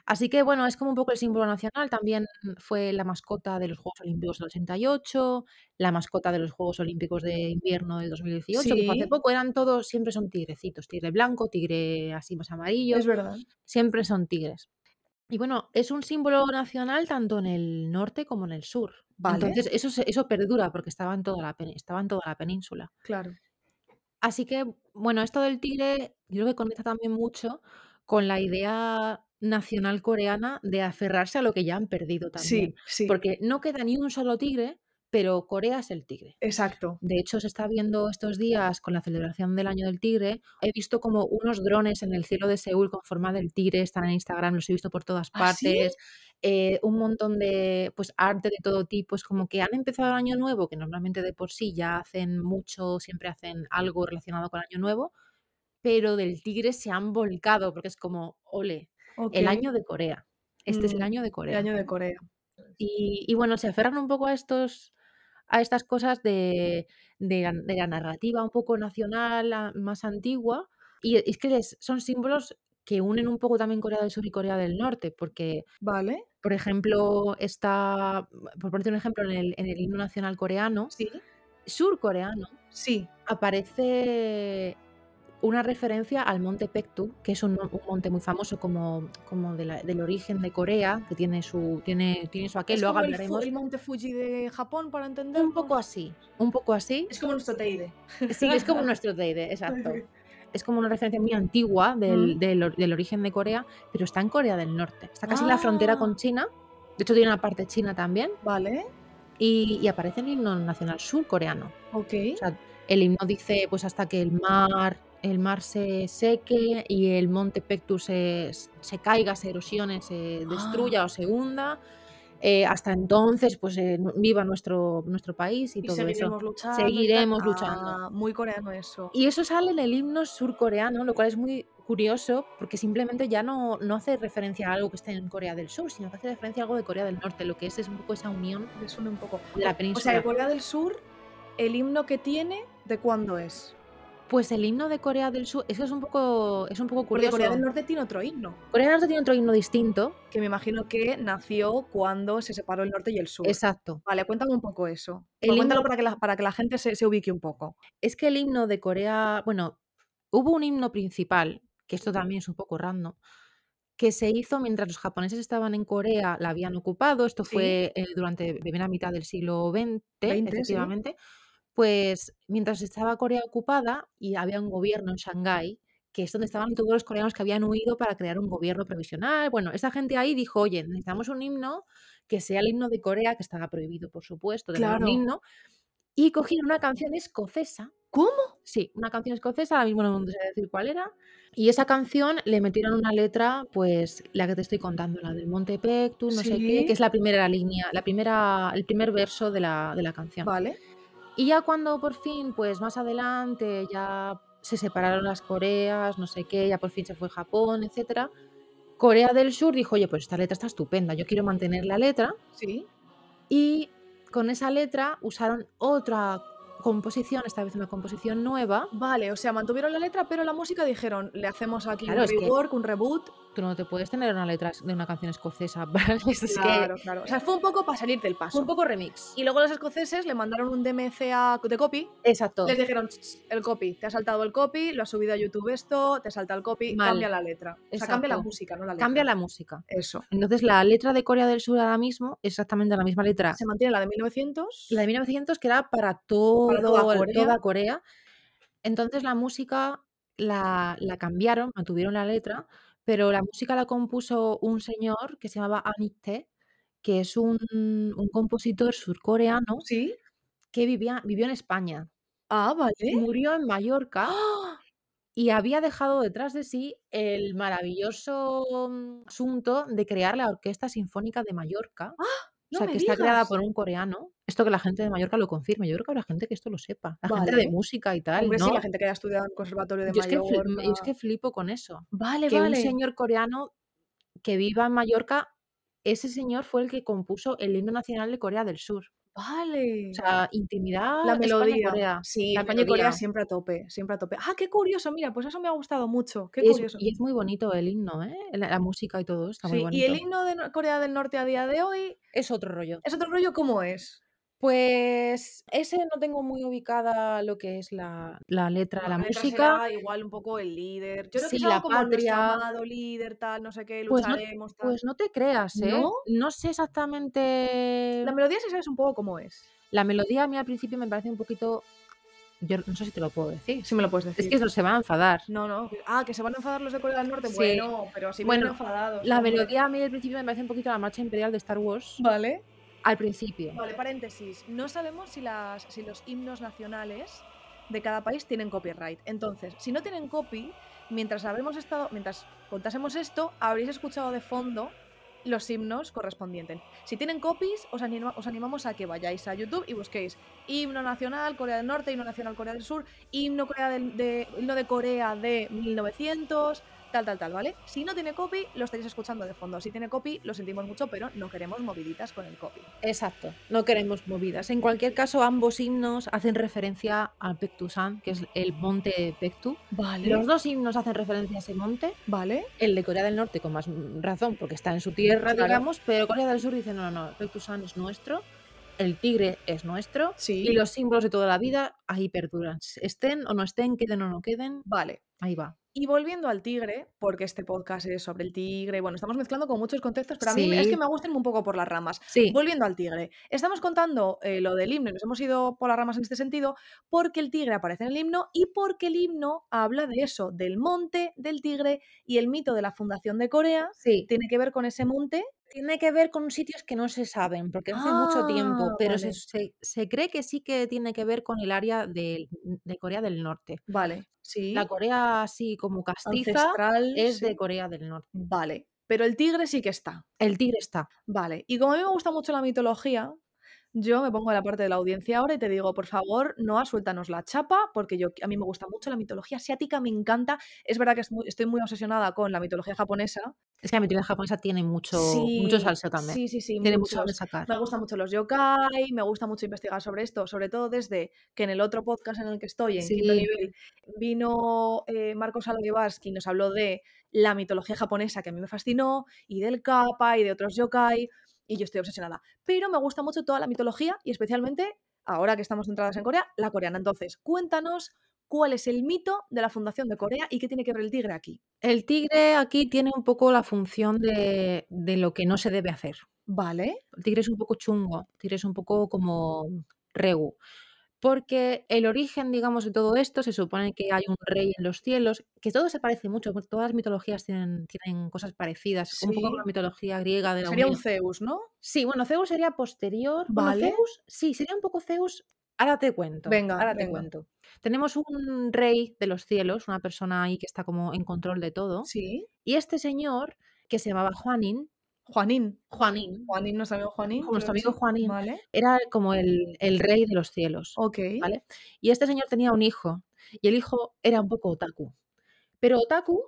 Speaker 1: Así que bueno, es como un poco el símbolo nacional. También fue la mascota de los Juegos Olímpicos del 88, la mascota de los Juegos Olímpicos de invierno del 2018, que fue hace
Speaker 2: Sí,
Speaker 1: poco. Eran todos, siempre son tigrecitos, tigre blanco, tigre así más amarillo,
Speaker 2: es verdad.
Speaker 1: siempre son tigres. Y bueno, es un símbolo nacional tanto en el norte como en el sur.
Speaker 2: Vale,
Speaker 1: Entonces eso, se- eso perdura porque estaba en toda la, pen- estaba en toda la península.
Speaker 2: claro.
Speaker 1: Así que, bueno, esto del tigre yo creo que conecta también mucho con la idea nacional coreana de aferrarse a lo que ya han perdido también,
Speaker 2: Sí, sí,
Speaker 1: porque no queda ni un solo tigre, pero Corea es el tigre.
Speaker 2: exacto.
Speaker 1: De hecho, se está viendo estos días con la celebración del Año del Tigre. He visto como unos drones en el cielo de Seúl con forma del tigre, están en Instagram, los he visto por todas
Speaker 2: ¿Ah, sí?
Speaker 1: partes. eh, un montón de pues, arte de todo tipo. Es como que han empezado el Año Nuevo, que normalmente de por sí ya hacen mucho, siempre hacen algo relacionado con Año Nuevo, pero del tigre se han volcado porque es como, ole,
Speaker 2: Ok.
Speaker 1: el año de Corea. Este es el
Speaker 2: mm,
Speaker 1: año de
Speaker 2: el
Speaker 1: Corea.
Speaker 2: año de Corea.
Speaker 1: Y, y bueno, se aferran un poco a estos a estas cosas de, de la, de la narrativa un poco nacional a- más antigua. Y es que les- son símbolos que unen un poco también Corea del Sur y Corea del Norte, porque,
Speaker 2: Vale,
Speaker 1: por ejemplo, está, por ponerte un ejemplo, en el, en el himno nacional coreano,
Speaker 2: sí,
Speaker 1: surcoreano,
Speaker 2: sí.
Speaker 1: aparece una referencia al monte Pektu, que es un, mon- un monte muy famoso como, como de la- del origen de Corea, que tiene su, tiene, tiene su aquel,
Speaker 2: Es
Speaker 1: luego
Speaker 2: como el, fu- el
Speaker 1: hablaremos
Speaker 2: monte Fuji de Japón, para
Speaker 1: un poco
Speaker 2: entendernos.
Speaker 1: así, un poco así.
Speaker 2: Mm, Es como nuestro Teide.
Speaker 1: Sí, es como nuestro Teide, exacto.
Speaker 2: Ok.
Speaker 1: Es como una referencia muy antigua
Speaker 2: Mm.
Speaker 1: del, del or- del origen de Corea, pero está en Corea del Norte. Está casi en la frontera
Speaker 2: Ah,
Speaker 1: con China. De hecho, tiene una parte china también.
Speaker 2: vale,
Speaker 1: Y, y aparece el himno nacional surcoreano. O
Speaker 2: ok.
Speaker 1: sea, el himno dice pues hasta que el mar, el mar se seque y el monte Pektu se, se caiga, se erosione, se
Speaker 2: Ah,
Speaker 1: destruya o se hunda. eh, hasta entonces, pues eh, nu- viva nuestro, nuestro país y
Speaker 2: Y
Speaker 1: todo eso.
Speaker 2: seguiremos luchando y tal.
Speaker 1: Seguiremos luchando.
Speaker 2: Ah, muy coreano eso.
Speaker 1: Y eso sale en el himno surcoreano, lo cual es muy curioso porque simplemente ya no, no hace referencia a algo que esté en Corea del Sur, sino que hace referencia a algo de Corea del Norte, lo que es es un poco esa unión
Speaker 2: Les une un poco.
Speaker 1: de la
Speaker 2: Pues, O sea, de
Speaker 1: península.
Speaker 2: Corea del Sur, el himno que tiene, ¿de cuándo es?
Speaker 1: Pues el himno de Corea del Sur, eso es un poco, es un poco
Speaker 2: Porque Corea del
Speaker 1: curioso.
Speaker 2: Norte tiene otro himno,
Speaker 1: Corea del Norte tiene otro himno distinto,
Speaker 2: que me imagino que nació cuando se separó el norte y el sur.
Speaker 1: exacto.
Speaker 2: Vale, cuéntame un poco eso.
Speaker 1: El
Speaker 2: Pues
Speaker 1: himno
Speaker 2: cuéntalo para que la, para que la gente se, se ubique un poco.
Speaker 1: Es que el himno de Corea, bueno, hubo un himno principal, que esto
Speaker 2: Ujú.
Speaker 1: también es un poco random, que se hizo mientras los japoneses estaban en Corea, la habían ocupado, esto
Speaker 2: Sí,
Speaker 1: fue eh, durante la primera mitad del siglo XX,
Speaker 2: 20, sí.
Speaker 1: efectivamente, pues mientras estaba Corea ocupada y había un gobierno en Shanghái, que es donde estaban todos los coreanos que habían huido para crear un gobierno provisional. Bueno, esa gente ahí dijo, oye, necesitamos un himno que sea el himno de Corea, que estaba prohibido, por supuesto, tener un
Speaker 2: Claro.
Speaker 1: himno, y cogieron una canción escocesa
Speaker 2: ¿Cómo?
Speaker 1: Sí, una canción escocesa, ahora mismo no sé decir cuál era. Y esa canción le metieron una letra, pues la que te estoy contando, la del Monte Pectus, no sé qué, que
Speaker 2: Sí,
Speaker 1: es la primera línea, la primera, el primer verso de la, de la canción.
Speaker 2: vale.
Speaker 1: Y ya cuando por fin, pues más adelante, ya se separaron las Coreas, no sé qué, ya por fin se fue Japón, etcétera. Corea del Sur dijo, oye, pues esta letra está estupenda, yo quiero mantener la letra.
Speaker 2: Sí.
Speaker 1: Y con esa letra usaron otra composición, esta vez una composición nueva.
Speaker 2: Vale, o sea, mantuvieron la letra, pero la música dijeron, le hacemos aquí un
Speaker 1: Claro, es que
Speaker 2: rework, un reboot.
Speaker 1: tú no te puedes tener una letra de una canción escocesa. ¿vale? Es que
Speaker 2: Claro, claro. O sea, fue un poco para salir del
Speaker 1: fue un
Speaker 2: paso.
Speaker 1: poco remix.
Speaker 2: Y luego los escoceses le mandaron un DMC a, de copy. Les
Speaker 1: Exacto.
Speaker 2: dijeron, "Ch, ch, el copy, te ha saltado el copy, lo has subido a YouTube esto, te salta el copy,
Speaker 1: Mal.
Speaker 2: cambia la letra. O sea, cambia la
Speaker 1: Exacto.
Speaker 2: música, no la
Speaker 1: Cambia
Speaker 2: letra.
Speaker 1: la música.
Speaker 2: Eso.
Speaker 1: Entonces, la letra de Corea del Sur ahora mismo es exactamente la misma letra.
Speaker 2: Se mantiene la de
Speaker 1: La de
Speaker 2: 1900
Speaker 1: 1900 que era para
Speaker 2: para toda
Speaker 1: todo, el-
Speaker 2: Corea.
Speaker 1: toda Corea. Entonces, la música la, la cambiaron, mantuvieron la letra, pero la música la compuso un señor que se llamaba Anik Tae, que es un, un compositor surcoreano
Speaker 2: Sí.
Speaker 1: que vivía, vivió en España.
Speaker 2: Ah, vale.
Speaker 1: Murió en Mallorca
Speaker 2: ¡Ah!
Speaker 1: y había dejado detrás de sí el maravilloso mm, asunto de crear la Orquesta Sinfónica de Mallorca,
Speaker 2: ¡Ah!
Speaker 1: o
Speaker 2: No
Speaker 1: sea,
Speaker 2: me
Speaker 1: que está creada
Speaker 2: digas.
Speaker 1: por un coreano. Esto que la gente de Mallorca lo confirme, yo creo que habrá gente que esto lo sepa, la gente de
Speaker 2: Vale.
Speaker 1: música y tal,
Speaker 2: Hombre, sí, la
Speaker 1: ¿no?
Speaker 2: gente que haya estudiado en el Conservatorio de
Speaker 1: Yo es que, fli- m-
Speaker 2: Mallorca.
Speaker 1: yo es que flipo con eso,
Speaker 2: Vale,
Speaker 1: que un
Speaker 2: vale.
Speaker 1: señor coreano que viva en Mallorca, ese señor fue el que compuso el himno nacional de Corea del Sur. O
Speaker 2: Vale.
Speaker 1: sea,
Speaker 2: La
Speaker 1: intimidad
Speaker 2: melodía.
Speaker 1: España-Corea,
Speaker 2: Sí,
Speaker 1: la
Speaker 2: España y Corea
Speaker 1: melodía.
Speaker 2: siempre a tope, siempre a tope. Ah, qué curioso, mira, pues eso me ha gustado mucho, qué
Speaker 1: Y es,
Speaker 2: curioso.
Speaker 1: y es muy bonito el himno, ¿eh? La, la música y todo está muy
Speaker 2: Sí, y el
Speaker 1: bonito.
Speaker 2: himno de Nor- Corea del Norte a día de hoy
Speaker 1: Es otro rollo.
Speaker 2: es otro rollo, ¿cómo es?
Speaker 1: Pues ese no tengo muy ubicada lo que es la, la letra,
Speaker 2: La
Speaker 1: la
Speaker 2: letra
Speaker 1: música.
Speaker 2: será igual un poco el líder. Yo creo que
Speaker 1: Sí,
Speaker 2: es
Speaker 1: la
Speaker 2: algo como nuestro
Speaker 1: patria.
Speaker 2: amado líder, tal, no sé qué,
Speaker 1: Pues no,
Speaker 2: lucharemos, tal.
Speaker 1: pues no te creas, ¿eh?
Speaker 2: ¿No?
Speaker 1: No sé exactamente.
Speaker 2: La melodía sí sabes un poco cómo es.
Speaker 1: La melodía a mí al principio me parece un poquito. Yo no sé si te lo puedo decir.
Speaker 2: Si me lo puedes
Speaker 1: Es que
Speaker 2: decir.
Speaker 1: no se va a enfadar.
Speaker 2: No, no. que- Ah, que se van a enfadar los de Corea del Norte.
Speaker 1: Sí.
Speaker 2: Bueno, pero si vienen
Speaker 1: Bueno,
Speaker 2: enfadados,
Speaker 1: la
Speaker 2: hombre.
Speaker 1: melodía a mí al principio me parece un poquito la marcha imperial de Star Wars.
Speaker 2: Vale.
Speaker 1: Al principio.
Speaker 2: Vale, paréntesis. No sabemos si, las, si los himnos nacionales de cada país tienen copyright. Entonces, si no tienen copy, mientras habremos estado, mientras contásemos esto, habréis escuchado de fondo los himnos correspondientes. Si tienen copies, os, anima- os animamos a que vayáis a YouTube y busquéis himno nacional Corea del Norte, himno nacional Corea del Sur, himno, Corea del- de, himno de Corea de 1900, tal, tal, tal, ¿vale? Si no tiene copy, lo estaréis escuchando de fondo. Si tiene copy, lo sentimos mucho, pero no queremos moviditas con el copy.
Speaker 1: Exacto, no queremos movidas. En cualquier caso, ambos himnos hacen referencia al Pektusan, que es el monte Pektu.
Speaker 2: Vale,
Speaker 1: Los dos himnos hacen referencia a ese monte,
Speaker 2: vale,
Speaker 1: el de Corea del Norte con más mm, razón, porque está en su tierra,
Speaker 2: claro,
Speaker 1: digamos, pero Corea del Sur dice, no, no, no, Pektusan es nuestro, el tigre es nuestro, y
Speaker 2: sí,
Speaker 1: los símbolos de toda la vida ahí perduran. Estén o no estén, queden o no queden,
Speaker 2: vale.
Speaker 1: ahí va.
Speaker 2: Y volviendo al tigre, porque este podcast es sobre el tigre, bueno, estamos mezclando con muchos contextos, pero a mí me- es que
Speaker 1: Sí,
Speaker 2: me gustan un poco por las ramas.
Speaker 1: sí,
Speaker 2: Volviendo al tigre, estamos contando eh, lo del himno, y nos hemos ido por las ramas en este sentido, porque el tigre aparece en el himno y porque el himno habla de eso, del monte, del tigre y el mito de la fundación de Corea
Speaker 1: sí.
Speaker 2: tiene que ver con ese monte.
Speaker 1: Tiene que ver con sitios que no se saben, porque hace mucho tiempo,
Speaker 2: Ah,
Speaker 1: pero se,
Speaker 2: vale,
Speaker 1: se- se cree que sí que tiene que ver con el área del- de, Corea del Norte.
Speaker 2: vale,
Speaker 1: La
Speaker 2: sí,
Speaker 1: Corea así como castiza
Speaker 2: ancestral,
Speaker 1: es de
Speaker 2: sí,
Speaker 1: Corea del Norte.
Speaker 2: vale. pero el tigre sí que está.
Speaker 1: El tigre está.
Speaker 2: Vale, y como a mí me gusta mucho la mitología, yo me pongo de la parte de la audiencia ahora y te digo, por favor, no suéltanos la chapa, porque yo, a mí me gusta mucho la mitología asiática, me encanta. Es verdad que es muy- estoy muy obsesionada con la mitología japonesa.
Speaker 1: Es que la mitología japonesa tiene mucho,
Speaker 2: Sí,
Speaker 1: mucho salseo también.
Speaker 2: Sí, sí, sí.
Speaker 1: tiene mucho
Speaker 2: muchos.
Speaker 1: de sacar.
Speaker 2: Me gustan mucho los yokai, me gusta mucho investigar sobre esto, sobre todo desde que en el otro podcast en el que estoy, en quinto
Speaker 1: Sí.
Speaker 2: nivel, vino eh, Marcos Algebarsky y nos habló de la mitología japonesa que a mí me fascinó, y del kappa y de otros yokai, y yo estoy obsesionada. Pero me gusta mucho toda la mitología y especialmente, ahora que estamos centradas en Corea, la coreana. Entonces, cuéntanos cuál es el mito de la fundación de Corea y qué tiene que ver el tigre aquí.
Speaker 1: El tigre aquí tiene un poco la función de, de lo que no se debe hacer.
Speaker 2: Vale,
Speaker 1: El tigre es un poco chungo, el tigre es un poco como regu. Porque el origen, digamos, de todo esto, se supone que hay un rey en los cielos, que todo se parece mucho, porque todas las mitologías tienen, tienen cosas parecidas, un poco
Speaker 2: Sí.
Speaker 1: como la mitología griega de la
Speaker 2: sería un
Speaker 1: unión.
Speaker 2: Zeus, ¿no?
Speaker 1: Sí, bueno, Zeus sería posterior. Bueno,
Speaker 2: Vale.
Speaker 1: Zeus, sí, sería un poco Zeus. Ahora te cuento.
Speaker 2: Venga,
Speaker 1: ahora te
Speaker 2: venga.
Speaker 1: cuento. Tenemos un rey de los cielos, una persona ahí que está como en control de todo.
Speaker 2: Sí.
Speaker 1: Y este señor, que se llamaba Juanín,
Speaker 2: Juanín.
Speaker 1: Juanín,
Speaker 2: Juanín, nuestro amigo Juanín.
Speaker 1: como nuestro
Speaker 2: creo que
Speaker 1: amigo
Speaker 2: sí.
Speaker 1: Juanín,
Speaker 2: Vale.
Speaker 1: era como el, el rey de los cielos.
Speaker 2: Ok.
Speaker 1: ¿vale? Y este señor tenía un hijo, y el hijo era un poco otaku. Pero otaku,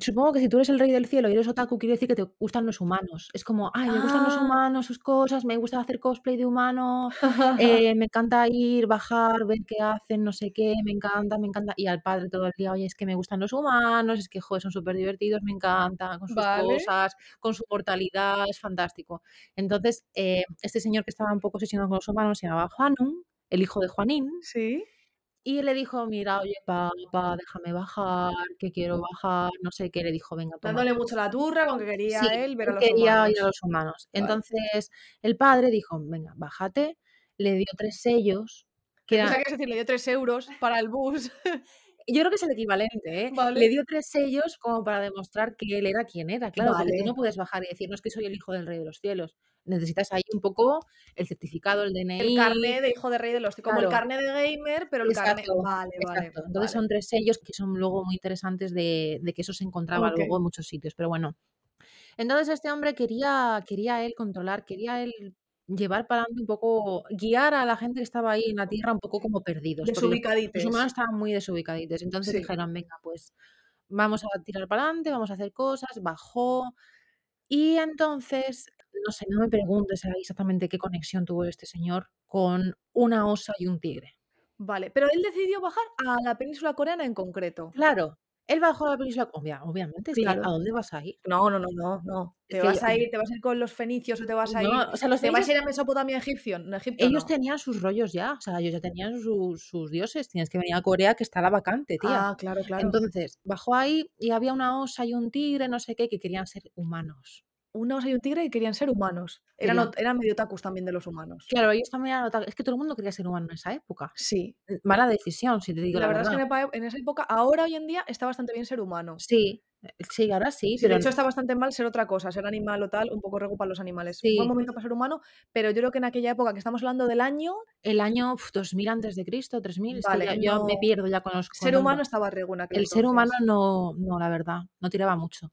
Speaker 1: supongo que si tú eres el rey del cielo y eres otaku, quiere decir que te gustan los humanos. Es como, ay, me gustan los
Speaker 2: Ah.
Speaker 1: humanos, sus cosas, me gusta hacer cosplay de humano, eh, me encanta ir, bajar, ver qué hacen, no sé qué, me encanta, me encanta. Y al padre todo el día, oye, es que me gustan los humanos, es que, joder, son súper divertidos, me encantan, con sus
Speaker 2: vale.
Speaker 1: cosas, con su mortalidad, es fantástico. Entonces, eh, este señor que estaba un poco obsesionado con los humanos se llamaba Juanun, el hijo de Juanín,
Speaker 2: Sí.
Speaker 1: y le dijo, mira, oye, papá, déjame bajar, que quiero bajar, no sé qué. Le dijo, venga, toma.
Speaker 2: Dándole mucho la turra con que quería
Speaker 1: Sí,
Speaker 2: él ver a
Speaker 1: él
Speaker 2: los
Speaker 1: quería
Speaker 2: humanos.
Speaker 1: ir a los humanos.
Speaker 2: Vale.
Speaker 1: Entonces, el padre dijo, venga, bájate. Le dio tres sellos, que
Speaker 2: O sea,
Speaker 1: era,
Speaker 2: que es decir, le dio 3 euros para el bus.
Speaker 1: yo creo que es el equivalente, ¿eh? Le
Speaker 2: vale.
Speaker 1: dio tres sellos como para demostrar que él era quien era, claro, porque tú no
Speaker 2: Vale.
Speaker 1: puedes bajar y decir, no es que soy el hijo del rey de los cielos. Necesitas ahí un poco el certificado, el
Speaker 2: El
Speaker 1: DNI,
Speaker 2: carnet de hijo de rey de los. Como el
Speaker 1: claro.
Speaker 2: carnet de gamer, pero el carnet.
Speaker 1: Exacto,
Speaker 2: Vale, vale.
Speaker 1: exacto. Entonces
Speaker 2: Vale.
Speaker 1: son tres sellos que son luego muy interesantes de, de que eso se encontraba
Speaker 2: Ok.
Speaker 1: luego en muchos sitios, pero bueno. Entonces este hombre quería, quería él controlar, quería él llevar para adelante un poco, guiar a la gente que estaba ahí en la tierra un poco como perdidos, porque los, los
Speaker 2: Desubicadites.
Speaker 1: humanos estaban muy desubicaditos. Entonces
Speaker 2: Sí.
Speaker 1: dijeron, venga, pues vamos a tirar para adelante, vamos a hacer cosas, bajó. Y entonces, no sé, no me preguntes ahí exactamente qué conexión tuvo este señor con una osa y un tigre.
Speaker 2: Vale. Pero él decidió bajar a la península coreana en concreto.
Speaker 1: Claro, él bajó a la península. obvia- obviamente, es que ¿a
Speaker 2: Claro.
Speaker 1: dónde vas a ir?
Speaker 2: No, no, no, no, no.
Speaker 1: Es
Speaker 2: Te
Speaker 1: que yo-
Speaker 2: vas a ir, te vas a ir con los fenicios o te vas a
Speaker 1: no,
Speaker 2: ir,
Speaker 1: o sea, los
Speaker 2: te vas
Speaker 1: fenicios,
Speaker 2: a ir a Mesopotamia, Egipcio, no, Egipto
Speaker 1: ellos
Speaker 2: no.
Speaker 1: tenían sus rollos ya, o sea, ellos ya tenían su- sus dioses. Tienes que venir a Corea que está la vacante, tía.
Speaker 2: Ah, claro, claro.
Speaker 1: Entonces, bajó ahí y había una osa y un tigre, no sé qué, que querían ser humanos.
Speaker 2: Una osa y un tigre y querían ser humanos. Eran,
Speaker 1: Querían.
Speaker 2: ot- eran medio tacos también de los humanos.
Speaker 1: Claro, ellos también eran otaku- Es que todo el mundo quería ser humano en esa época.
Speaker 2: Sí.
Speaker 1: Eh, Mala decisión, si te digo
Speaker 2: La
Speaker 1: la
Speaker 2: verdad es que
Speaker 1: verdad.
Speaker 2: en, epa- en esa época, ahora hoy en día, está bastante bien ser humano.
Speaker 1: Sí, eh, sí, ahora sí,
Speaker 2: Sí, de
Speaker 1: pero
Speaker 2: hecho está bastante mal ser otra cosa, ser animal o tal, un poco rego para los animales. Buen
Speaker 1: sí.
Speaker 2: momento para ser humano, pero yo creo que en aquella época que estamos hablando del año,
Speaker 1: El año uf, 2000 antes de Cristo, 3000, es que
Speaker 2: vale,
Speaker 1: ya, yo me
Speaker 2: no.
Speaker 1: pierdo ya con los con
Speaker 2: Ser humano
Speaker 1: nombres.
Speaker 2: estaba rego en aquel
Speaker 1: El ser humano
Speaker 2: entonces.
Speaker 1: no, no, la verdad, no tiraba mucho.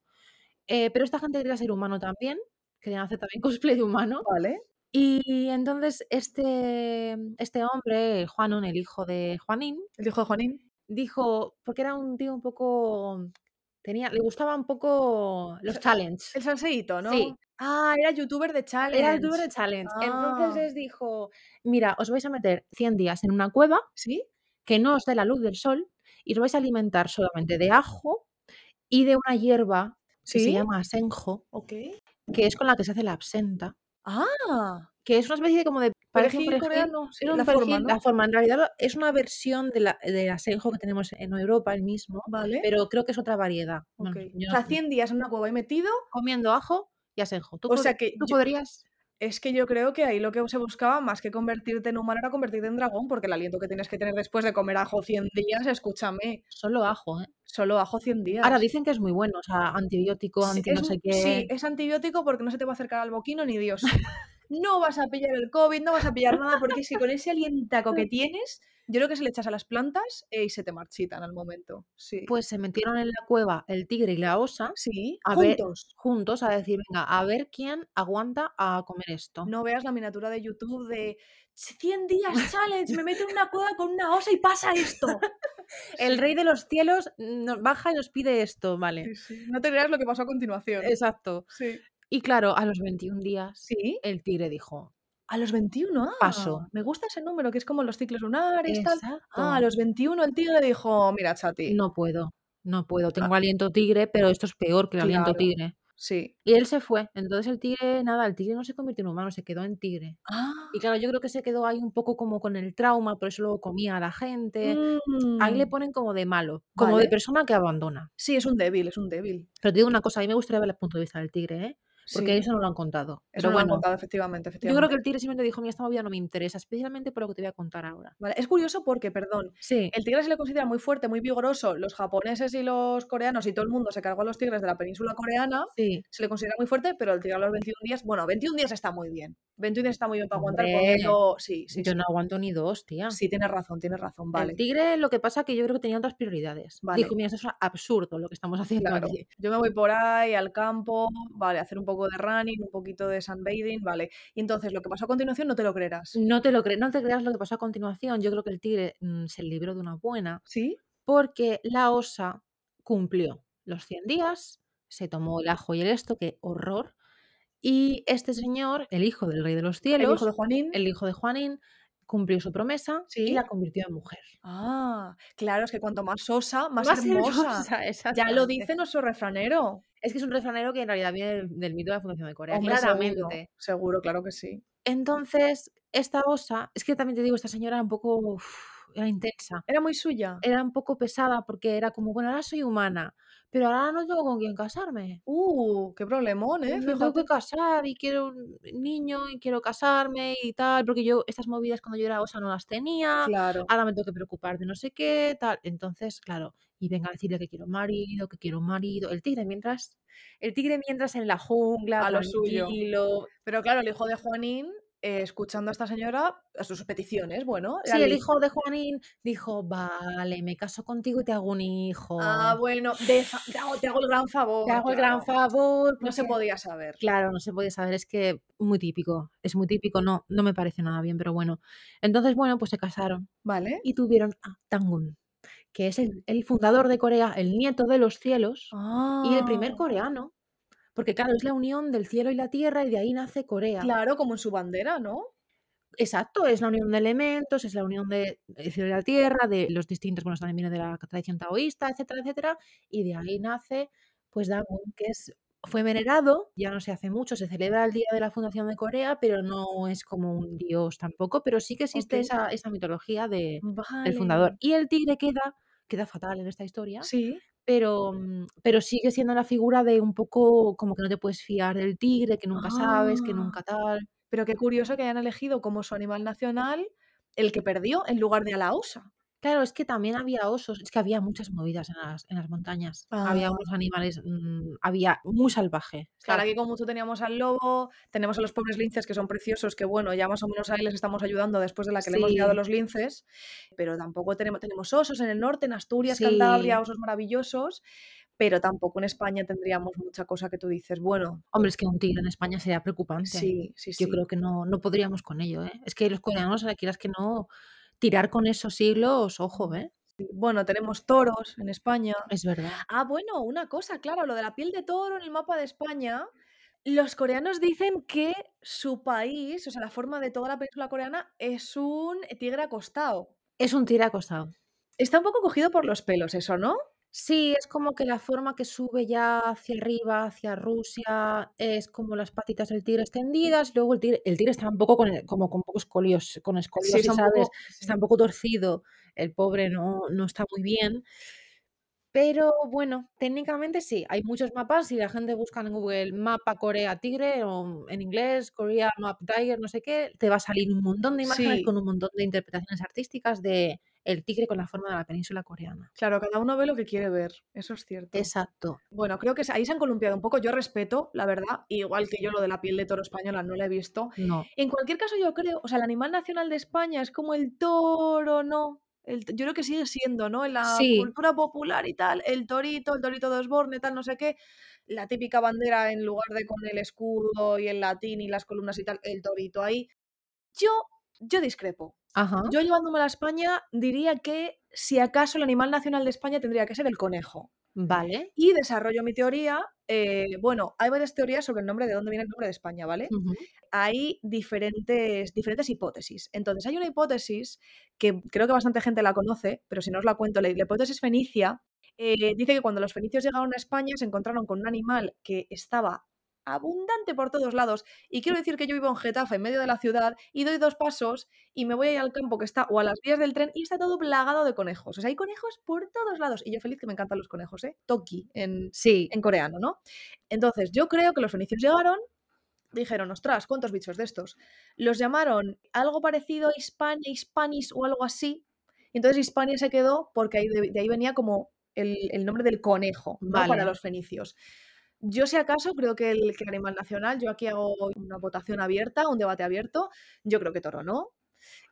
Speaker 1: Eh, pero esta gente quería ser humano también, querían hacer también cosplay de humano.
Speaker 2: Vale.
Speaker 1: Y entonces este, este hombre, Juanon, el hijo de Juanín,
Speaker 2: El hijo de Juanín.
Speaker 1: dijo, porque era un tío un poco, tenía, le gustaba un poco los
Speaker 2: Sa-
Speaker 1: challenges.
Speaker 2: El salseíto,
Speaker 1: Sí,
Speaker 2: ¿no? Ah, era youtuber
Speaker 1: era
Speaker 2: de
Speaker 1: el
Speaker 2: challenge.
Speaker 1: youtuber de challenge. Entonces
Speaker 2: Ah,
Speaker 1: les dijo, mira, os vais a meter 100 días en una cueva
Speaker 2: ¿sí?
Speaker 1: que no os dé la luz del sol y os vais a alimentar solamente de ajo y de una hierba que se
Speaker 2: ¿Sí?
Speaker 1: llama asenjo,
Speaker 2: Ok.
Speaker 1: que es con la que se hace la absenta,
Speaker 2: Ah,
Speaker 1: que es una especie de como de parece un
Speaker 2: perejil
Speaker 1: perejil,
Speaker 2: coreano, sí,
Speaker 1: es un
Speaker 2: la forma,
Speaker 1: perejil,
Speaker 2: ¿no?
Speaker 1: la forma en realidad lo- es una versión de la, del asenjo que tenemos en Europa el mismo,
Speaker 2: Vale,
Speaker 1: pero creo que es otra variedad.
Speaker 2: ok.
Speaker 1: Bueno, yo no
Speaker 2: O sea,
Speaker 1: sé.
Speaker 2: 100 días en una cueva y metido.
Speaker 1: Comiendo ajo y asenjo. ¿Tú,
Speaker 2: O
Speaker 1: pod-
Speaker 2: sea que
Speaker 1: tú
Speaker 2: yo-
Speaker 1: podrías?
Speaker 2: es que yo creo que ahí lo que se buscaba, más que convertirte en humano, era convertirte en dragón, porque el aliento que tienes que tener después de comer ajo 100 días, escúchame,
Speaker 1: Solo ajo, ¿eh?
Speaker 2: solo ajo 100
Speaker 1: Ahora
Speaker 2: días.
Speaker 1: dicen que es muy bueno, o sea, antibiótico,
Speaker 2: Sí,
Speaker 1: anti
Speaker 2: es,
Speaker 1: no
Speaker 2: mu-
Speaker 1: sé
Speaker 2: sí,
Speaker 1: qué.
Speaker 2: es antibiótico porque no se te va a acercar al boquino ni Dios. no vas a pillar el COVID, no vas a pillar nada, porque es que con ese alientaco que tienes, yo creo que se le echas a las plantas eh, y se te marchitan al momento. Sí.
Speaker 1: Pues se metieron en la cueva el tigre y la osa
Speaker 2: Sí,
Speaker 1: a ver,
Speaker 2: juntos.
Speaker 1: juntos a decir, venga, a ver quién aguanta a comer esto.
Speaker 2: No veas la miniatura de YouTube de 100 días challenge, me meto en una cueva con una osa y pasa esto.
Speaker 1: El rey de los cielos nos baja y nos pide esto, vale.
Speaker 2: Sí, sí. No te creas lo que pasó a continuación.
Speaker 1: Exacto.
Speaker 2: Sí.
Speaker 1: Y claro, a los 21 días
Speaker 2: Sí.
Speaker 1: el tigre dijo,
Speaker 2: A los 21, ah,
Speaker 1: Paso.
Speaker 2: Me gusta ese número, que es como los ciclos lunares, tal.
Speaker 1: exacto,
Speaker 2: Ah, a los 21 el tigre dijo, mira, Chati.
Speaker 1: no puedo, no puedo, tengo aliento tigre, pero esto es peor que el aliento
Speaker 2: Ah. Claro.
Speaker 1: tigre.
Speaker 2: Sí.
Speaker 1: Y él se fue, entonces el tigre, nada, el tigre no se convirtió en humano, se quedó en tigre.
Speaker 2: Ah.
Speaker 1: Y claro, yo creo que se quedó ahí un poco como con el trauma, por eso luego comía a la gente. Ahí le
Speaker 2: mm,
Speaker 1: ponen como de malo, como de
Speaker 2: Vale.
Speaker 1: persona que abandona.
Speaker 2: Sí, es un débil, es un débil.
Speaker 1: Pero te digo una cosa, a mí me gustaría ver el punto de vista del tigre, ¿eh? Porque
Speaker 2: Sí.
Speaker 1: eso no lo han contado. Pero
Speaker 2: Eso no lo han
Speaker 1: bueno,
Speaker 2: contado,
Speaker 1: yo
Speaker 2: efectivamente,
Speaker 1: creo
Speaker 2: efectivamente.
Speaker 1: que el tigre simplemente dijo, mira, esta movida no me interesa, especialmente por lo que te voy a contar ahora.
Speaker 2: Vale, Es curioso porque, perdón,
Speaker 1: Sí,
Speaker 2: el tigre se le considera muy fuerte, muy vigoroso. Los japoneses y los coreanos y todo el mundo se cargó a los tigres de la península coreana.
Speaker 1: sí.
Speaker 2: Se le considera muy fuerte, pero el tigre a los 21 días, bueno, 21 días está muy bien. 21 días está muy bien para aguantar
Speaker 1: Hombre,
Speaker 2: comiendo. Sí, sí,
Speaker 1: yo
Speaker 2: sí.
Speaker 1: no aguanto ni dos, tía.
Speaker 2: Ah, Sí, tienes razón, tienes razón,
Speaker 1: El
Speaker 2: vale.
Speaker 1: tigre lo que pasa que yo creo que tenía otras prioridades.
Speaker 2: Vale,
Speaker 1: Dijo, mira, esto es absurdo lo que estamos haciendo
Speaker 2: claro.
Speaker 1: aquí.
Speaker 2: Yo me voy por ahí al campo, vale, hacer un poco de running, un poquito de sunbathing, vale. Y entonces lo que pasó a continuación no te lo creerás.
Speaker 1: No te lo cre- no te creas lo que pasó a continuación. Yo creo que el tigre mm, se libró de una buena
Speaker 2: ¿Sí?
Speaker 1: porque la osa cumplió los 100 días, se tomó el ajo y el esto, qué horror. Y este señor, el hijo del rey de los
Speaker 2: El hijo de
Speaker 1: cielos,
Speaker 2: Juanín,
Speaker 1: el hijo de Juanín, cumplió su promesa y
Speaker 2: sí.
Speaker 1: la convirtió en mujer.
Speaker 2: Ah, claro, es que cuanto más sosa, más
Speaker 1: Más
Speaker 2: hermosa.
Speaker 1: hermosa,
Speaker 2: Ya lo
Speaker 1: exactamente.
Speaker 2: dice nuestro refranero.
Speaker 1: Es que es un refranero que en realidad viene del, del mito de la fundación de Corea,
Speaker 2: Hombre, seguro,
Speaker 1: claramente.
Speaker 2: seguro, claro que sí.
Speaker 1: Entonces, esta osa, es que también te digo, esta señora era un poco, uf, era intensa,
Speaker 2: Era muy suya.
Speaker 1: era un poco pesada porque era como, bueno, ahora soy humana, pero ahora no tengo con quién casarme.
Speaker 2: Uh, qué problemón, ¿eh?
Speaker 1: me tengo que
Speaker 2: Fíjate.
Speaker 1: casar y quiero un niño y quiero casarme y tal, porque yo estas movidas cuando yo era osa no las tenía,
Speaker 2: Claro,
Speaker 1: ahora me tengo que preocupar de no sé qué, tal. Entonces, claro, y venga a decirle que quiero un marido, que quiero un marido. El tigre mientras, el tigre mientras en la jungla,
Speaker 2: a lo suyo.
Speaker 1: tranquilo.
Speaker 2: ah, Pero claro, el hijo de Juanín, eh, escuchando a esta señora, a sus peticiones, bueno, era
Speaker 1: Sí, el
Speaker 2: el hijo.
Speaker 1: hijo de Juanín dijo, vale, me caso contigo y te hago un
Speaker 2: Ah,
Speaker 1: hijo.
Speaker 2: bueno, de fa- te, hago, te hago el gran
Speaker 1: Te
Speaker 2: favor,
Speaker 1: hago el gran
Speaker 2: claro.
Speaker 1: favor,
Speaker 2: No se
Speaker 1: porque
Speaker 2: podía saber.
Speaker 1: Claro, no se puede saber, es que muy típico, es muy típico, no, no me parece nada bien, pero bueno. Entonces, bueno, pues se casaron
Speaker 2: ¿Vale?
Speaker 1: y tuvieron a Tangun, que es el, el fundador de Corea, el nieto de los cielos y el primer
Speaker 2: Ah,
Speaker 1: coreano, porque claro, es la unión del cielo y la tierra y de ahí nace Corea.
Speaker 2: claro, como en su bandera, ¿no?
Speaker 1: Exacto, es la unión de elementos, es la unión de el cielo y la tierra, de los distintos, bueno, también viene de la tradición taoísta, etcétera, etcétera, y de ahí nace, pues, Dagon, que es, fue venerado, ya no se hace mucho, se celebra el Día de la Fundación de Corea, pero no es como un dios tampoco, pero sí que existe
Speaker 2: Ok.
Speaker 1: esa, esa mitología de, del fundador.
Speaker 2: Vale.
Speaker 1: Y el tigre queda, queda fatal en esta historia,
Speaker 2: Sí.
Speaker 1: pero, mm, pero sigue siendo la figura de un poco como que no te puedes fiar del tigre, que nunca sabes, que
Speaker 2: Ah.
Speaker 1: nunca tal.
Speaker 2: Pero qué curioso que hayan elegido como su animal nacional el que perdió en lugar de a la osa.
Speaker 1: Claro, es que también había osos, es que había muchas movidas en las, en las montañas. Había
Speaker 2: Ah.
Speaker 1: unos animales, mm, había muy salvaje,
Speaker 2: Claro,
Speaker 1: ¿sabes?
Speaker 2: aquí como mucho teníamos al lobo, tenemos a los pobres linces que son preciosos, que bueno, ya más o menos ahí les estamos ayudando después de la que le hemos liado a
Speaker 1: Sí,
Speaker 2: los linces, pero tampoco tenemos, tenemos osos en el norte, en Asturias, Cantabria,
Speaker 1: sí.
Speaker 2: osos maravillosos, pero tampoco en España tendríamos mucha cosa que tú dices, bueno,
Speaker 1: Hombre, es que un tigre en España sería preocupante.
Speaker 2: sí, sí,
Speaker 1: Yo
Speaker 2: sí,
Speaker 1: creo que no, no podríamos con ello, ¿eh? Es que los coreanos, ahora quieras que no, tirar con esos siglos, ojo, ¿eh?
Speaker 2: sí. Bueno, tenemos toros en España.
Speaker 1: Es verdad.
Speaker 2: Ah, bueno, una cosa, claro, lo de la piel de toro en el mapa de España, Los coreanos dicen que su país, o sea, la forma de toda la península coreana es un tigre acostado.
Speaker 1: Es un tigre acostado.
Speaker 2: Está un poco cogido por los pelos eso, ¿no?
Speaker 1: Sí, es como que la forma que sube ya hacia arriba, hacia Rusia, es como las patitas del tigre extendidas, y luego el tigre, el tigre está un poco con, el- como con poco escolios, con
Speaker 2: Sí, está
Speaker 1: escoliosis,
Speaker 2: un
Speaker 1: ¿sabes?
Speaker 2: poco...
Speaker 1: Está
Speaker 2: sí.
Speaker 1: un poco torcido, el pobre no, no está muy bien. Pero bueno, técnicamente sí, hay muchos mapas, si la gente busca en Google mapa Corea tigre o en inglés Korea map tiger, no sé qué, te va a salir un montón de imágenes
Speaker 2: Sí,
Speaker 1: con un montón de interpretaciones artísticas de el tigre con la forma de la península coreana.
Speaker 2: Claro, cada uno ve lo que quiere ver, eso es cierto.
Speaker 1: Exacto.
Speaker 2: Bueno, creo que ahí se han columpiado un poco. Yo respeto, la verdad, igual que yo lo de la piel de toro española no la he visto.
Speaker 1: No.
Speaker 2: En cualquier caso, yo creo, o sea, el animal nacional de España es como el toro, ¿no? El- yo creo que sigue siendo, ¿no? En la
Speaker 1: Sí.
Speaker 2: cultura popular y tal, el torito, el torito de Osborne, tal, no sé qué, la típica bandera en lugar de con el escudo y el latín y las columnas y tal, el torito ahí. Yo, yo discrepo.
Speaker 1: Ajá.
Speaker 2: Yo llevándome a España diría que si acaso el animal nacional de España tendría que ser el conejo.
Speaker 1: Vale.
Speaker 2: Y desarrollo mi teoría. eh, bueno, hay varias teorías sobre el nombre, de dónde viene el nombre de España, ¿vale?
Speaker 1: Ujú.
Speaker 2: Hay diferentes, diferentes hipótesis. Entonces, hay una hipótesis que creo que bastante gente la conoce, pero si no os la cuento, la, la hipótesis fenicia eh, dice que cuando los fenicios llegaron a España se encontraron con un animal que estaba abundante por todos lados. Y quiero decir que yo vivo en Getafe, en medio de la ciudad, y doy dos pasos y me voy ahí al campo que está, o a las vías del tren, y está todo plagado de conejos. O sea, hay conejos por todos lados. Y yo feliz que me encantan los conejos, ¿eh? Toki, en,
Speaker 1: Sí.
Speaker 2: en coreano, ¿no? Entonces, yo creo que los fenicios llegaron, dijeron, ostras, ¿cuántos bichos de estos? Los llamaron algo parecido a Hispania, Hispanis o algo así. Y entonces Hispania se quedó porque ahí de, de ahí venía como el, el nombre del conejo, ¿no? Para
Speaker 1: Vale.
Speaker 2: los fenicios. Yo, si acaso, creo que el, que el animal nacional, yo aquí hago una votación abierta, un debate abierto. Yo creo que toro no,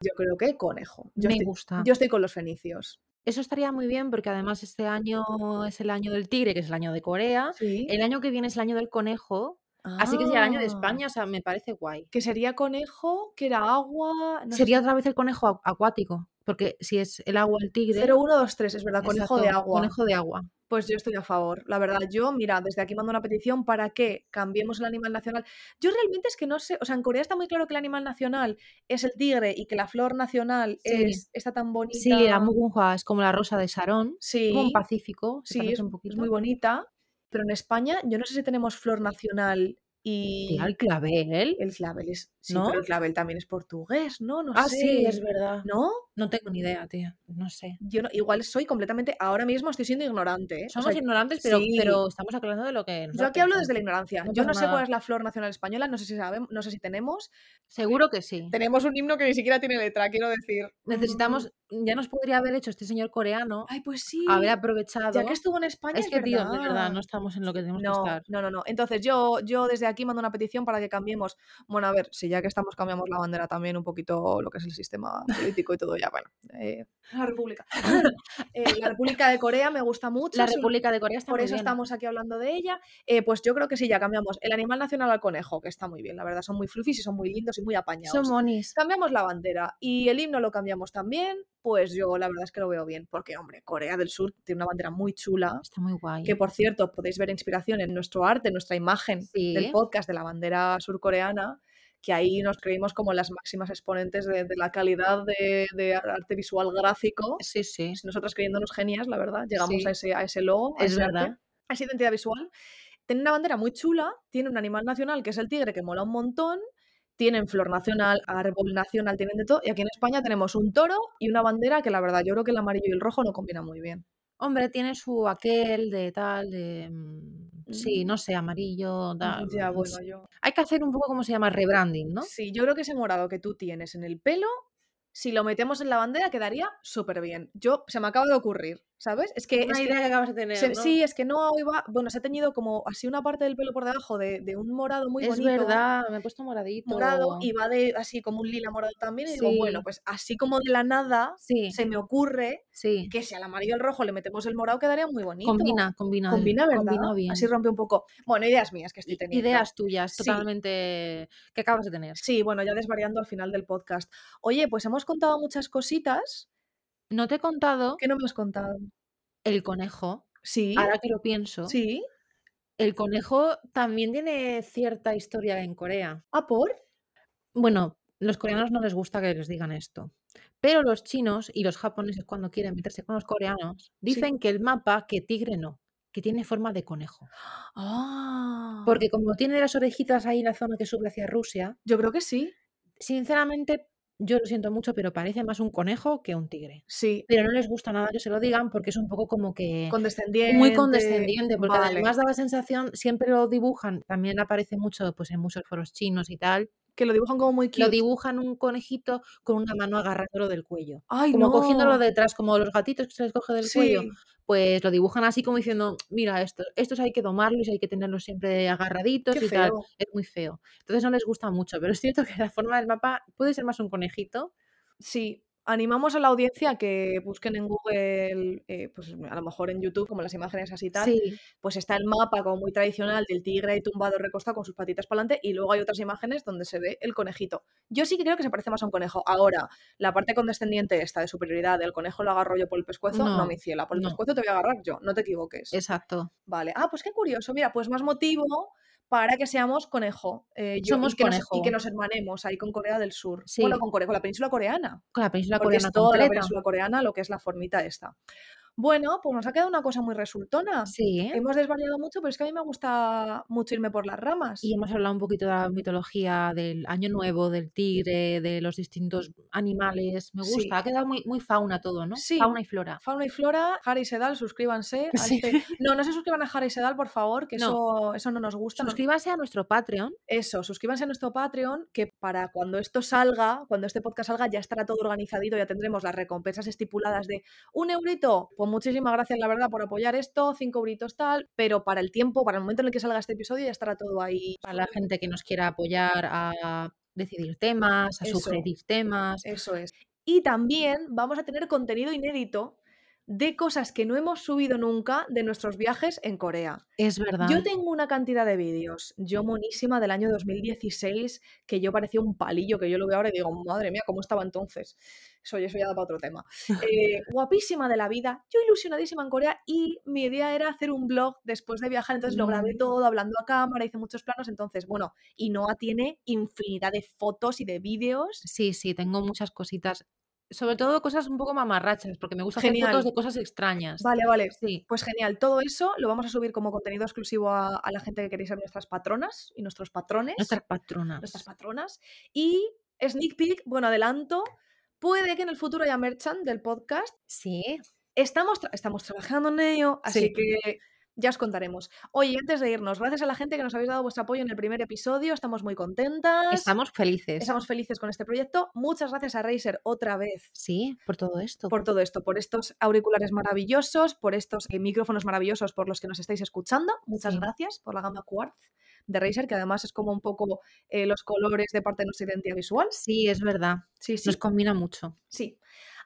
Speaker 2: yo creo que conejo. Yo
Speaker 1: Me
Speaker 2: estoy,
Speaker 1: gusta.
Speaker 2: yo estoy con los fenicios.
Speaker 1: Eso estaría muy bien porque además este año es el año del tigre, que es el año de Corea.
Speaker 2: Sí.
Speaker 1: El año que viene es el año del conejo. Así que sería el año de
Speaker 2: Ah.
Speaker 1: España, o sea, me parece guay.
Speaker 2: que sería conejo, que era agua, no sé
Speaker 1: Sería otra vez el conejo acu- acuático, porque si es el agua el tigre,
Speaker 2: 0123, es verdad, conejo de
Speaker 1: exacto,
Speaker 2: agua.
Speaker 1: conejo de agua.
Speaker 2: Pues yo estoy a favor. La verdad, yo, mira, desde aquí mando una petición para que cambiemos el animal nacional. Yo realmente es que no sé, o sea, en Corea está muy claro que el animal nacional es el tigre y que la flor nacional
Speaker 1: Sí,
Speaker 2: es esta tan
Speaker 1: sí, la
Speaker 2: bonita.
Speaker 1: mugunja es como la rosa de Sarón, es como un
Speaker 2: Sí,
Speaker 1: pacífico, se
Speaker 2: sí,
Speaker 1: parece
Speaker 2: es,
Speaker 1: un
Speaker 2: es muy
Speaker 1: poquito.
Speaker 2: bonita. Pero en España, yo no sé si tenemos flor nacional
Speaker 1: Tía, el
Speaker 2: y
Speaker 1: clavel,
Speaker 2: el clavel es. Sí,
Speaker 1: ¿no?
Speaker 2: pero el clavel también es portugués, ¿no? No
Speaker 1: Ah, sí, es
Speaker 2: sé.
Speaker 1: verdad.
Speaker 2: ¿No?
Speaker 1: No tengo ni idea, tía, no sé.
Speaker 2: Yo no- igual soy completamente, ahora mismo estoy siendo ignorante, ¿eh? O sea,
Speaker 1: Somos ignorantes, pero, pero
Speaker 2: sí,
Speaker 1: estamos aclarando de lo que
Speaker 2: yo
Speaker 1: nosotros
Speaker 2: aquí hablo desde
Speaker 1: pensamos.
Speaker 2: la ignorancia.
Speaker 1: No
Speaker 2: Yo
Speaker 1: pasa
Speaker 2: no sé cuál
Speaker 1: nada.
Speaker 2: es la flor nacional española, no sé si sabemos, no sé si tenemos.
Speaker 1: Seguro que sí.
Speaker 2: Tenemos un himno que ni siquiera tiene letra, quiero decir. mm,
Speaker 1: Necesitamos, ya nos podría haber hecho este señor coreano,
Speaker 2: Ay, pues
Speaker 1: haber
Speaker 2: sí, ya que
Speaker 1: aprovechado.
Speaker 2: estuvo en España
Speaker 1: Es
Speaker 2: es
Speaker 1: que, tío, de verdad,
Speaker 2: verdad.
Speaker 1: no estamos en lo que tenemos que
Speaker 2: No,
Speaker 1: estar.
Speaker 2: no, no, no. Entonces yo, yo desde aquí mando una petición para que cambiemos. Bueno, a ver, si ya que estamos cambiamos la bandera también un poquito lo que es el sistema político y todo ya, bueno. eh, la República. Eh, la República de Corea me gusta mucho,
Speaker 1: La
Speaker 2: es un-
Speaker 1: República de Corea está
Speaker 2: por
Speaker 1: muy
Speaker 2: eso
Speaker 1: bien.
Speaker 2: estamos aquí hablando de ella. Eh, pues yo creo que sí, ya cambiamos el animal nacional al conejo, que está muy bien, la verdad, son muy fluffies y son muy lindos y muy
Speaker 1: Son
Speaker 2: apañados.
Speaker 1: monis.
Speaker 2: Cambiamos la bandera y el himno lo cambiamos también, pues yo la verdad es que lo veo bien, porque hombre, Corea del Sur tiene una bandera muy chula,
Speaker 1: Está muy guay.
Speaker 2: que por cierto podéis ver inspiración en nuestro arte, en nuestra imagen del
Speaker 1: Sí.
Speaker 2: podcast de la bandera surcoreana, que ahí nos creímos como las máximas exponentes de, de la calidad de, de arte visual gráfico.
Speaker 1: Sí, sí.
Speaker 2: Nosotras creyéndonos genias, la verdad, llegamos a
Speaker 1: Sí.
Speaker 2: ese, a ese logo, a
Speaker 1: Es
Speaker 2: ese arte,
Speaker 1: verdad.
Speaker 2: a esa identidad visual. Tiene una bandera muy chula, tiene un animal nacional que es el tigre, que mola un montón, tienen flor nacional, árbol nacional, tienen de todo. Y aquí en España tenemos un toro y una bandera que la verdad yo creo que el amarillo y el rojo no combinan muy bien.
Speaker 1: Hombre, tiene su aquel de tal, de. mm, Sí, no
Speaker 2: Mm,
Speaker 1: sé, amarillo, tal.
Speaker 2: Ya,
Speaker 1: no
Speaker 2: bueno,
Speaker 1: sé.
Speaker 2: yo.
Speaker 1: Hay que hacer un poco, ¿cómo se llama? Rebranding, ¿no?
Speaker 2: Sí, yo creo que ese morado que tú tienes en el pelo, si lo metemos en la bandera, quedaría súper bien. Yo, se me acaba de ocurrir, ¿sabes? Es que, es
Speaker 1: Una
Speaker 2: que
Speaker 1: idea que acabas de tener,
Speaker 2: se-
Speaker 1: ¿no?
Speaker 2: sí, es que no iba. Bueno, se ha teñido como así una parte del pelo por debajo de, de un morado muy
Speaker 1: Es
Speaker 2: bonito,
Speaker 1: verdad, me he puesto
Speaker 2: morado,
Speaker 1: moradito.
Speaker 2: y va de así como un lila morado también. Y digo, bueno,
Speaker 1: Sí,
Speaker 2: pues así como de la nada,
Speaker 1: sí,
Speaker 2: se me ocurre
Speaker 1: sí.
Speaker 2: que si al amarillo y al rojo le metemos el morado, quedaría muy bonito.
Speaker 1: Combina, combina, de-
Speaker 2: Combina, ¿verdad?
Speaker 1: combina
Speaker 2: Así
Speaker 1: bien.
Speaker 2: rompe un poco. Bueno, ideas mías que estoy
Speaker 1: I-
Speaker 2: teniendo.
Speaker 1: Ideas tuyas
Speaker 2: Sí,
Speaker 1: totalmente que acabas de tener.
Speaker 2: Sí, bueno, ya desvariando al final del podcast. Oye, pues hemos contado muchas cositas
Speaker 1: No te he contado
Speaker 2: que no me has contado.
Speaker 1: el conejo.
Speaker 2: Sí,
Speaker 1: Ahora que lo pienso,
Speaker 2: sí.
Speaker 1: el conejo también tiene cierta historia en Corea.
Speaker 2: ¿A por?
Speaker 1: Bueno, los coreanos no les gusta que les digan esto, pero los chinos y los japoneses cuando quieren meterse con los coreanos
Speaker 2: Sí.
Speaker 1: dicen que el mapa que tigre no, que tiene forma de conejo,
Speaker 2: Ah,
Speaker 1: porque como tiene las orejitas ahí en la zona que sube hacia Rusia,
Speaker 2: yo creo que sí.
Speaker 1: sinceramente yo lo siento mucho, pero parece más un conejo que un tigre.
Speaker 2: Sí.
Speaker 1: Pero no les gusta nada que se lo digan porque es un poco como que Eh, muy
Speaker 2: Condescendiente.
Speaker 1: condescendiente, porque
Speaker 2: Vale.
Speaker 1: además da la sensación, siempre lo dibujan, también aparece mucho pues en muchos foros chinos y tal,
Speaker 2: Que lo dibujan como muy
Speaker 1: Lo
Speaker 2: cute.
Speaker 1: dibujan un conejito con una mano agarrándolo del cuello,
Speaker 2: ¡Ay,
Speaker 1: como cogiéndolo
Speaker 2: no!
Speaker 1: detrás, como los gatitos que se les coge del cuello,
Speaker 2: Sí.
Speaker 1: pues lo dibujan así como diciendo: "Mira esto, estos hay que domarlos, hay que tenerlos siempre
Speaker 2: Qué
Speaker 1: agarraditos y tal".
Speaker 2: feo.
Speaker 1: Es muy feo. Entonces no les gusta mucho, pero es cierto que la forma del mapa puede ser más un conejito.
Speaker 2: Sí, animamos a la audiencia a que busquen en Google, eh, pues a lo mejor en YouTube, como las imágenes así y tal,
Speaker 1: Sí.
Speaker 2: pues está el mapa como muy tradicional del tigre ahí tumbado recostado con sus patitas para adelante y luego hay otras imágenes donde se ve el conejito. Yo sí que creo que se parece más a un conejo. Ahora, la parte condescendiente esta de superioridad, del conejo lo agarro yo por el pescuezo, no, mi
Speaker 1: No,
Speaker 2: ciela, por el
Speaker 1: no.
Speaker 2: pescuezo te voy a agarrar yo, no te equivoques.
Speaker 1: Exacto.
Speaker 2: Vale, ah, pues qué curioso, mira, pues más motivo para que seamos conejo, eh, yo
Speaker 1: Somos
Speaker 2: y que nos y que
Speaker 1: conejo.
Speaker 2: nos hermanemos ahí con Corea del Sur. Bueno,
Speaker 1: Sí.
Speaker 2: con Corea, con la península coreana,
Speaker 1: Con la península
Speaker 2: porque es
Speaker 1: coreana
Speaker 2: toda la
Speaker 1: completa.
Speaker 2: península coreana lo que es la formita esta. Bueno, pues nos ha quedado una cosa muy resultona.
Speaker 1: Sí, ¿eh?
Speaker 2: Hemos desvariado mucho, pero es que a mí me gusta mucho irme por las
Speaker 1: Y
Speaker 2: ramas.
Speaker 1: hemos hablado un poquito de la mitología del Año Nuevo, del tigre, de los distintos animales. Me gusta,
Speaker 2: Sí.
Speaker 1: ha quedado muy muy fauna todo, ¿no?
Speaker 2: Sí,
Speaker 1: Fauna y flora.
Speaker 2: Fauna y Flora, Jara y Sedal, suscríbanse a
Speaker 1: Sí.
Speaker 2: este No, no se suscriban a Jara y Sedal, por favor, que
Speaker 1: No.
Speaker 2: eso eso no nos gusta, no
Speaker 1: Suscríbanse a nuestro Patreon.
Speaker 2: Eso, suscríbanse a nuestro Patreon, que para cuando esto salga, cuando este podcast salga, ya estará todo organizadito, ya tendremos las recompensas estipuladas de un eurito, pues muchísimas gracias, la verdad, por apoyar esto, cinco euritos tal, pero para el tiempo, para el momento en el que salga este episodio, ya estará todo ahí.
Speaker 1: Para la gente que nos quiera apoyar a decidir temas, a
Speaker 2: Eso, Eh,
Speaker 1: sugerir temas.
Speaker 2: eso es. Y también vamos a tener contenido inédito de cosas que no hemos subido nunca de nuestros viajes en Corea.
Speaker 1: Es
Speaker 2: Yo
Speaker 1: verdad.
Speaker 2: tengo una cantidad de vídeos, yo monísima del año 2016, que yo parecía un palillo, que yo lo veo ahora y digo, madre mía, ¿cómo estaba entonces? Eso, eso ya da para otro tema. Eh, guapísima de la vida, yo ilusionadísima en Corea y mi idea era hacer un blog después de viajar, entonces lo grabé
Speaker 1: Mm.
Speaker 2: todo hablando a cámara, hice muchos planos, entonces, bueno, y Noah tiene infinidad de fotos y de vídeos.
Speaker 1: Sí, sí, tengo muchas cositas, sobre todo cosas un poco mamarrachas, porque me gusta hacer fotos
Speaker 2: Genial.
Speaker 1: de cosas extrañas.
Speaker 2: Vale, vale.
Speaker 1: Sí.
Speaker 2: Pues genial, todo eso lo vamos a subir como contenido exclusivo a, a la gente que queréis ser nuestras patronas y nuestros patrones,
Speaker 1: Nuestras
Speaker 2: nuestras
Speaker 1: patronas.
Speaker 2: patronas. Y sneak peek, bueno, adelanto, puede que en el futuro haya merchant del podcast.
Speaker 1: Sí.
Speaker 2: Estamos, tra- estamos trabajando en ello, así
Speaker 1: Sí.
Speaker 2: que ya os contaremos. Oye, y antes de irnos, gracias a la gente que nos habéis dado vuestro apoyo en el primer episodio, estamos muy contentas,
Speaker 1: Estamos felices.
Speaker 2: estamos felices con este proyecto. Muchas gracias a Razer otra vez
Speaker 1: Sí, por todo esto.
Speaker 2: por todo esto, por estos auriculares maravillosos, por estos eh, micrófonos maravillosos por los que nos estáis escuchando. Muchas
Speaker 1: Sí.
Speaker 2: gracias por la gama Quartz de Razer, que además es como un poco eh, los colores de parte de nuestra identidad visual.
Speaker 1: Sí, es verdad.
Speaker 2: Sí,
Speaker 1: Nos
Speaker 2: sí,
Speaker 1: combina mucho.
Speaker 2: sí.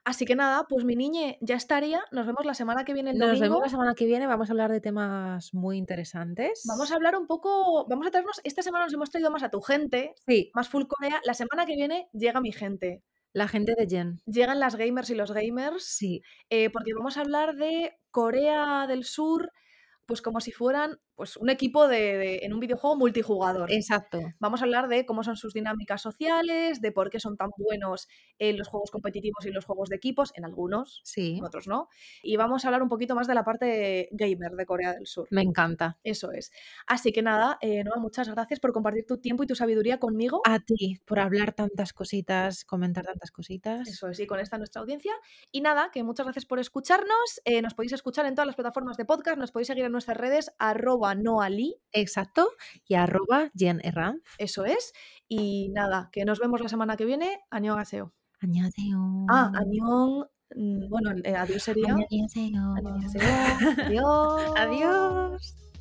Speaker 2: Así que nada, pues mi niñe, ya estaría. Nos vemos la semana que viene el
Speaker 1: Nos vemos la
Speaker 2: domingo.
Speaker 1: semana que viene. Vamos a hablar de temas muy
Speaker 2: Vamos a
Speaker 1: interesantes.
Speaker 2: hablar un poco, vamos a traernos, esta semana nos hemos traído más a tu gente,
Speaker 1: Sí,
Speaker 2: más full Corea. La semana que viene llega mi gente.
Speaker 1: la gente de Gen.
Speaker 2: Llegan las gamers y los gamers,
Speaker 1: Sí,
Speaker 2: eh, porque vamos a hablar de Corea del Sur, pues como si fueran pues, un equipo de, de- en un videojuego multijugador.
Speaker 1: exacto.
Speaker 2: Vamos a hablar de cómo son sus dinámicas sociales, de por qué son tan buenos en los juegos competitivos y en los juegos de equipos, en algunos, en
Speaker 1: Sí,
Speaker 2: otros no. Y vamos a hablar un poquito más de la parte gamer de Corea del Sur.
Speaker 1: me encanta.
Speaker 2: Eso es. Así que nada, eh, Noa, muchas gracias por compartir tu tiempo y tu sabiduría conmigo.
Speaker 1: A ti por hablar tantas cositas, comentar tantas cositas.
Speaker 2: Eso es, y con esta nuestra audiencia. Y nada, que muchas gracias por escucharnos. eh, nos podéis escuchar en todas las plataformas de podcast, nos podéis seguir en nuestras redes, arroba noali,
Speaker 1: Exacto. Y arroba Jen Herranz.
Speaker 2: eso es. Y nada, que nos vemos la semana que viene. Añón
Speaker 1: 안녕하세요.
Speaker 2: Ah, añón, mm, bueno, eh, adiós sería.
Speaker 1: 안녕히 계세요.
Speaker 2: Añón adiós.
Speaker 1: Adiós.